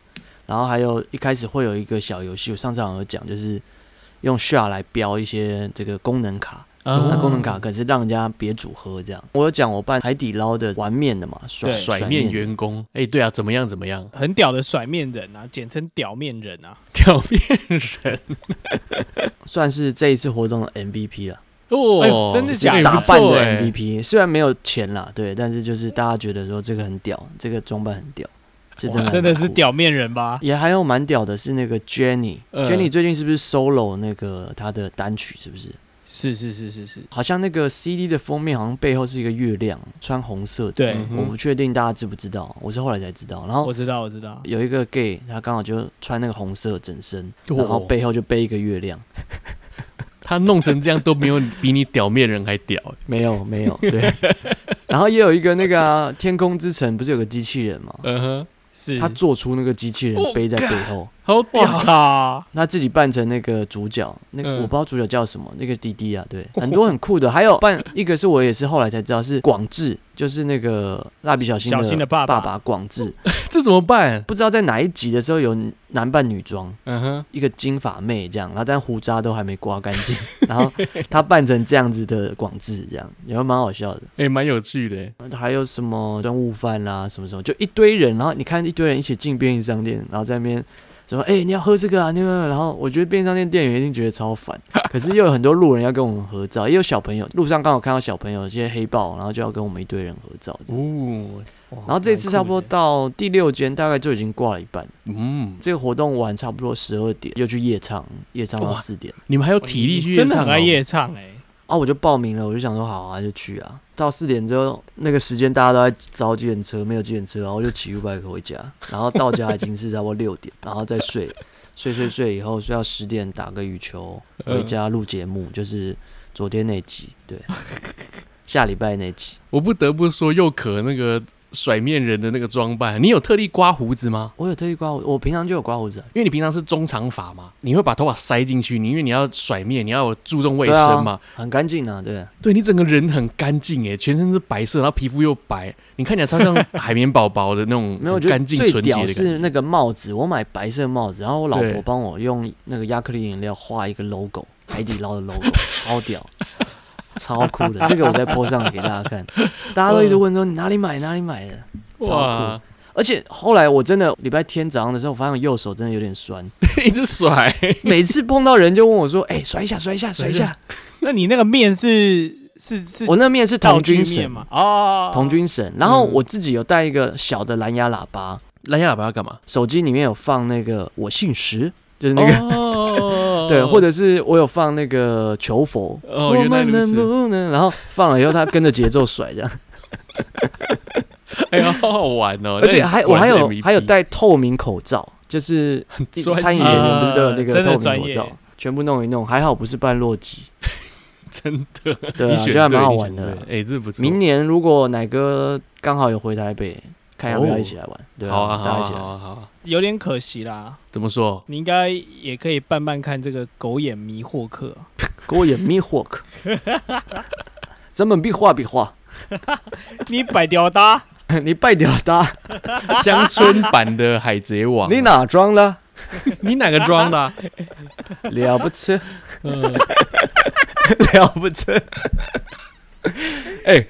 A: 然后还有一开始会有一个小游戏，我上次好像有讲，就是用 share 来标一些这个功能卡，
C: 啊
B: 哦
A: 嗯
C: 嗯
A: 那功能卡可是让人家别组合这样。我有讲我办海底捞的玩面的嘛，甩
C: 对
B: 甩
A: 面
B: 面员工，哎，对啊，怎么样怎么样，
C: 很屌的甩面人啊，简称屌面人啊。
B: 挑面人
A: 算是这一次活动的 MVP 了，
C: 哎
B: 哦
C: 呦，真的假
B: 这个
C: 的
B: 也
A: 打
B: 不
A: 扮
B: 错
A: 的
C: 欸
B: 哎
A: MVP，虽然没有钱啦，对，但是就是大家觉得说这个很屌，这个装扮很屌，是真的
C: 真的
A: 还蛮
C: 是
A: 酷
C: 屌面人吧？
A: 也还有蛮屌的是那个 Jenny，Jenny、
B: 嗯
A: Jenny 最近是不是 solo 那个她的单曲？是不是？
C: 是是是是是，
A: 好像那个 CD 的封面好像背后是一个月亮，穿红色的。
C: 对，
B: 嗯哼
A: 我不确定大家知不知道，我是后来才知道。然后
C: 我知道我知道。
A: 有一个 gay，他刚好就穿那个红色整身，
B: 哦
A: 然后背后就背一个月亮。
B: 他弄成这样都没有比你屌面人还屌，哎
A: 没 有，没有，对。然后也有一个那个啊、天空之城，不是有个机器人吗？
B: 嗯哼，
C: 是，
A: 他做出那个机器人
B: 哦
A: 背在背
B: 干
A: 后，
B: 好
C: 我
B: 屌，
C: 靠，
A: 他自己扮成那个主角，那个
B: 嗯
A: 我不知道主角叫什么，那个滴滴啊， 对，很多很酷的，还有扮一个是我也是后来才知道是广志，就是那个蜡笔小新
C: 小新的爸
A: 爸
C: 爸
A: 爸广志，
B: 这怎么办？
A: 不知道在哪一集的时候有男扮女装，
B: 嗯哼，
A: 一个金发妹这样，然后但胡渣都还没刮干净，然后他扮成这样子的广志这样，也蛮好笑的。
B: 哎，蛮有趣的，哎
A: 还有什么端午饭啦，什么什么，就一堆人，然后你看一堆人一起进便利商店，然后在那边什么，哎、你要喝这个啊，你有没有？然后我觉得便利商店店员一定觉得超烦，可是又有很多路人要跟我们合照，也有小朋友，路上刚好看到小朋友，一些黑豹，然后就要跟我们一堆人合照。
B: 哦，
A: 然后这次差不多
C: 蛮酷
A: 到第六间，大概就已经挂了一半。
B: 嗯，
A: 这个活动完差不多十二点，又去夜唱，夜唱到
B: 哇
A: 四点。
B: 你们还有
C: 的
B: 体力去
C: 真
B: 夜
C: 的
B: 唱
C: 很爱
B: 哦
C: 夜唱哎。
A: 啊，我就报名了，我就想说好啊，就去啊。到四点之后，那个时间大家都在招计程车，没有计程车，然后我就骑 u b 回家，然后到家已经是差不多六点，然后再睡，睡睡睡以后睡到十点打个羽球，
B: 嗯
A: 回家录节目，就是昨天那集，对，下礼拜那集，
B: 我不得不说，又可那个甩面人的那个装扮，你有特地刮胡子吗？
A: 我有特意刮胡，我平常就有刮胡子啊、
B: 因为你平常是中长发嘛，你会把头发塞进去，你因为你要甩面，你要有注重卫
A: 对啊
B: 生嘛。
A: 很干净啊，对啊，
B: 对你整个人很干净诶，全身是白色，然后皮肤又白，你看起来 超像海绵宝宝的那种
A: 没有，我
B: 很
A: 觉
B: 干
A: 得
B: 净
A: 最
B: 纯洁
A: 屌
B: 的感觉。
A: 是那个帽子，我买白色帽子，然后我老
B: 对
A: 婆帮我用那个亚克力颜料画一个 logo，海底捞的 logo，超屌，超酷的。这个我在 po 上给大家 看，大家都一直问说你哪里买哪里买的，
B: 哇，
A: 而且后来我真的礼拜天早上的时候，我发现我右手真的有点 酸，
B: 一直甩，
A: 每次碰到人就问我说，哎、甩一下甩一下甩一下，
C: 那你那个面是是是
A: 我那面是
C: 道
A: 童
C: 具
A: 军
C: 面
A: 绳。
C: 嘛？哦，
A: 童军绳，然后
B: 嗯
A: 我自己有带一个小的蓝牙喇叭，
B: 蓝牙喇叭要干嘛？
A: 手机里面有放那个我姓石，就是那个、
B: 哦
A: 对，或者是我有放那个求佛，
B: 哦，
A: 我
B: 原来
A: 们
B: 如
A: 能
B: 此，
A: 不能？然后放了以后，他跟着节奏甩这样，
B: 哎呀，好好玩哦！
A: 而且
B: 那你 E
A: 还我
B: 果然
A: 还
B: 是
A: 有
B: MVP
A: 还有戴透明口罩，就是
B: 专业
A: 餐饮人员不是都有
B: 呃
A: 那个
C: 真的
A: 透
C: 专
A: 明口
C: 业
A: 罩，全部弄一弄，还好不是半洛 基。
B: 真的，
A: 对啊
B: 你
A: 觉
B: 选
A: 得还
B: 对
A: 蛮好
B: 你
A: 玩
B: 选
A: 的啦
B: 对哎，这不错。
A: 明年如果奶哥刚好有回台北，看要不要
B: 哦
A: 一起来玩？对
B: 好啊，好
A: 大家
B: 啊，
A: 一起
B: 好
A: 来。
B: 啊，好啊，
C: 有点可惜啦。
B: 怎么说？
C: 你应该也可以办办看这个狗眼迷惑课，
A: 给我演 Me Walk，咱们比划比划，
C: 你摆 吊搭，
A: 你拜屌他，
B: 乡村版的海贼王，
A: 你哪装了？
B: 你哪个装的啊？
A: 了不起，
C: 嗯
A: 了不起！ 哎、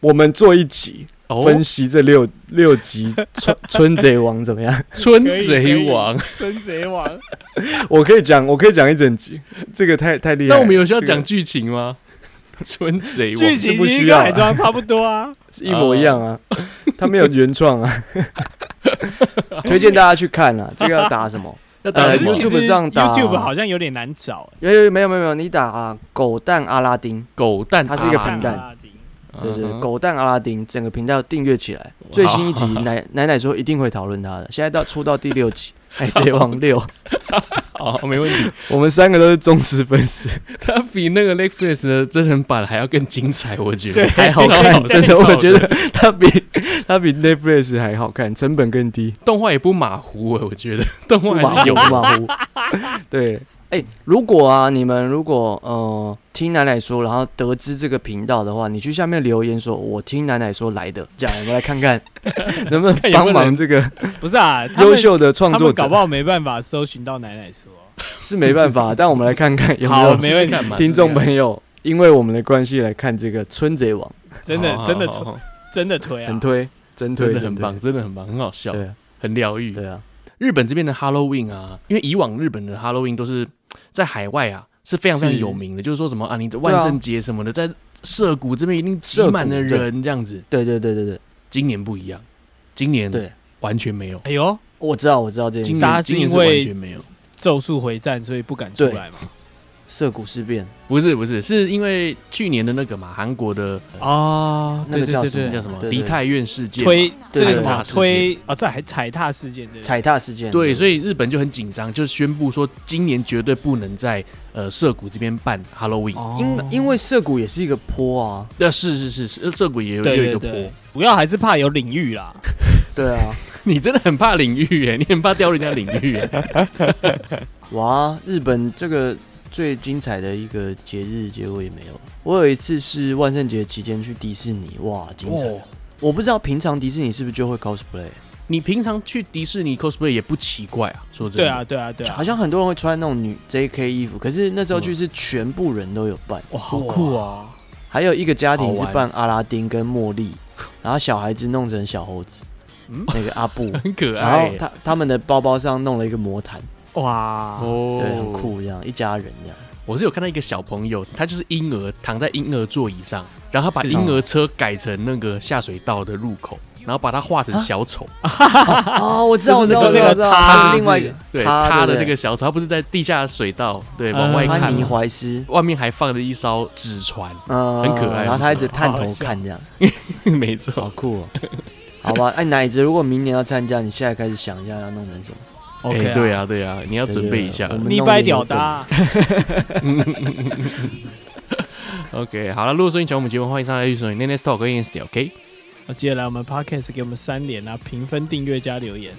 A: 我们做一集
B: 哦，
A: 分析这六六集《春春贼王》怎么样？
B: 村贼王。
C: 真 贼王，
A: 我可以讲，我可以讲一整集，这个太太厉害了。
B: 那我们有需要讲
A: 这
B: 剧情吗？村贼王
C: 剧情
A: 不
C: 其实
A: 需
C: 跟
A: 要啊
C: 海装差不 多啊。
A: 个一模一样啊，他没有原创啊。推荐大家去看 啊，这个要打什么？
B: 要打
A: 呃
B: 什么？
A: YouTube 上打
C: YouTube 好像有点难找。
A: 有有没有没有没有，你打、啊狗蛋阿拉丁，
B: 狗蛋
A: 它
B: 啊
A: 是一个
B: 阿拉
A: 平淡
C: 阿拉丁
A: 对对
B: 嗯
A: 对，
B: 哼
A: 狗蛋阿拉丁整个频道订阅起来，最新一集奶奶奶说一定会讨论他的，现在到出到第六 集《海贼王六》，
B: 好，哦没问题。
A: 我们三个都是忠实粉丝，
B: 它比那个 Netflix 的真人版还要更精彩，我觉得。
A: 还好
B: 挺
A: 看，真的，
B: 笑
A: 我觉得它比它比 Netflix 还好看，成本更低，
B: 动画也不马虎，我觉得 动
A: 不
B: 画还
A: 马
B: 是
A: 虎
B: 有
A: 不。 马虎。对，哎、如果啊，你们如果呃听奶奶说，然后得知这个频道的话，你去下面留言说，我听奶奶说来的，这样我们来看看能不能
B: 看有没
A: 帮
B: 有
A: 忙
B: 人
A: 这个
C: 不是啊，他们
A: 优秀的创
C: 他
A: 作
C: 们
A: 者
C: 搞。不好没办法搜寻到奶奶说。
A: 是没办法，但我们来看看有没
C: 好
A: 有
C: 没
B: 试
C: 问题
B: 试看嘛
A: 听众
B: 试试
A: 朋友因为我们的关系来看这个《春贼王
C: 真
B: 看
C: 的真的
B: 好好
C: 推
B: 好好
C: 真的推啊
A: 很！推，真推，
B: 哦真的很
A: 推
B: 棒，。真的很棒，很嗯好笑，
A: 对啊
B: 很疗愈。
A: 对啊，
B: 日本这边的 Halloween 啊，因为以往日本的 Halloween 都是在海外啊是非常非常
A: 是
B: 有名的，就是说什么啊，你的
A: 对啊
B: 万圣节什么的，在涩谷这边一定挤满了
A: 涩谷对
B: 人这样子。
A: 对对对对对，
B: 今年不一样，今年
A: 对
B: 完全没有，
C: 哎呦，《
A: 我知道我知道这件
B: 今
A: 事。
C: 大家
B: 年
C: 是
B: 今年是
C: 因为
B: 完全没有，
C: 咒术回战》所以不敢出来嘛。
A: 涩谷事变，
B: 不是不是，是因为去年的那个嘛，韩国的
C: 哦，
A: 那个
C: 对
A: 叫
C: 对
A: 什么
C: 对
B: 那
C: 对
B: 叫什么
A: 对对
B: 梨泰院事件嘛，
C: 推这个
A: 踩
C: 什
A: 踏
C: 么
B: 事件
C: 推哦，这还踩踏事件对不对。
A: 踩踏事件。
B: 对，所以日本就很紧张，就宣布说今年绝对不能在呃涩谷这边办 Halloween。
C: 哦
A: 因因为涩谷也是一个坡啊，
B: 那、是是是是，涩谷也有
C: 对
B: 也有一
C: 对
B: 个坡
C: 对。，主要还是怕有领域啦。
A: 对啊，
B: 你真的很怕领域耶，你 很怕掉人家领域耶。
A: 哇，日本这个最精彩的一个节日，结果也没有。我有一次是万圣节期间去迪士尼，哇，精彩！
B: 哦，
A: 我不知道平常迪士尼是不是就会 cosplay，
B: 你平常去迪士尼 cosplay 也不奇怪啊，说真的。
C: 对啊，对啊，对啊，
A: 好像很多人会穿那种女 JK 衣服，可是那时候去是全部人都有扮，
C: 哇，好酷啊！
A: 还有一个家庭
B: 嗯好
A: 是
B: 玩，
A: 扮阿拉丁跟茉莉，然后小孩子弄成小猴子，
C: 嗯
A: 那个阿布
B: 很可
A: 然
B: 爱
A: 后
B: 耶。
A: 他他们的包包上弄了一个魔毯，
C: 哇，
B: 哦
A: 对，很。酷，这样一家人这 样，
B: 我是有看到一个小朋友，他就是婴儿躺在婴儿座椅上，然后他把
A: 是
B: 婴儿车改成那个下水道的入口，然后把它画
A: 啊
B: 成小丑，
A: 哦，我知道，
B: 啊就
A: 我知道，
B: 是那个
A: 我知道我知道，
C: 他
A: 是另外一个
B: 对
A: 他
B: 他的
A: 对不
B: 那个
A: 对
B: 小丑，他不是在地下水道对
C: 嗯
B: 往外看
A: 潘尼
B: 嘛，
A: 怀斯，
B: 外面还放着一艘纸 船，
A: 嗯，
B: 很可爱
A: 然后他一直探
C: 好
A: 头
C: 好笑
A: 看这样，
B: 没
A: 好
B: 错。
A: 酷哦。 好吧，哎，奶子，如果明年要参加，你现在开始想一下要弄成什么？
B: 哎，
C: OK，
B: 对
C: 啊，
B: 啊，对啊，你要
A: 对
B: 准
A: 对
B: 备
A: 对
B: 一下
A: 我。们
C: 你
A: 弄
C: 掰
A: 一个
C: 屌
A: 梗
C: 搭，
B: OK，好了，如果说你喜欢我们节目，欢迎上来预说 n e n e Talk 跟 Insta OK。
C: 那接下来我们 Podcast 给我们三连啊，评分、订阅加留言。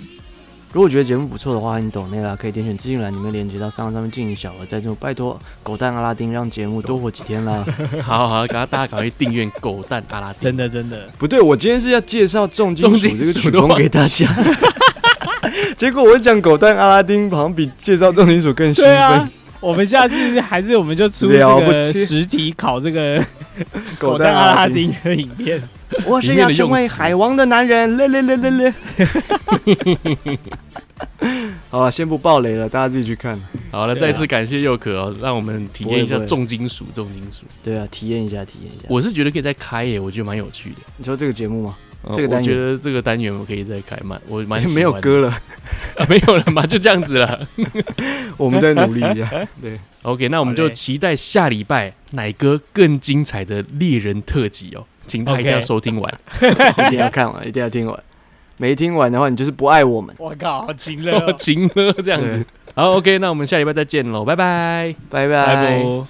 A: 如果觉得节目不错的话，你懂内啦，可以点选资讯栏里面连接到上上面进行小额赞助，拜托狗蛋阿拉丁让节目多活几天啦。
B: 好好，赶快大家赶快订阅狗蛋阿拉丁。
C: 真的，真的，
A: 不对，我今天是要介绍重金属
B: 重金
A: 这个
B: 属
A: 曲
B: 的话
A: 风给大家， 结果我讲狗蛋阿拉丁好像比介绍重金属更兴
C: 对
A: 奋。
C: 啊。我们下次还是我们就出这
A: 了不
C: 个
A: 起
C: 实体考这个
A: 狗
C: 蛋
A: 蛋
C: 阿
A: 阿
C: 拉
A: 拉
C: 丁
A: 丁，
C: 的影片。
A: 我是要成为海王的男人，嘞嘞嘞嘞嘞。好了，先不爆雷了，大家自己去看。
B: 好了，
C: 对啊
B: 再次感谢佑可哦，让我们体验一下
A: 不会不会
B: 重金属，重金属。
A: 对啊，体验一下，体验一下。
B: 我是觉得可以再开耶，我觉得蛮有趣的。
A: 你说这个节目吗？
B: 呃
A: 这个单元
B: 我觉得这个单元我可以再开蛮，我蛮喜 欢的
A: 没有、歌了，
B: 啊 没有了嘛，就这样子了。
A: 我们再努力一下。对。
B: OK，那我们
C: 好
B: 就
C: 嘞
B: 期待下礼拜奶哥更精彩的猎人特辑哦。请他一定要
C: OK
B: 收听完。
A: 一定要看完，一定要听完。没听完的话，你就是不爱我们。
C: 我靠，好勤哦
A: 啊
B: 我情了这样子。好，OK，那我们下礼拜再见喽，拜拜。
A: 拜
C: 拜拜。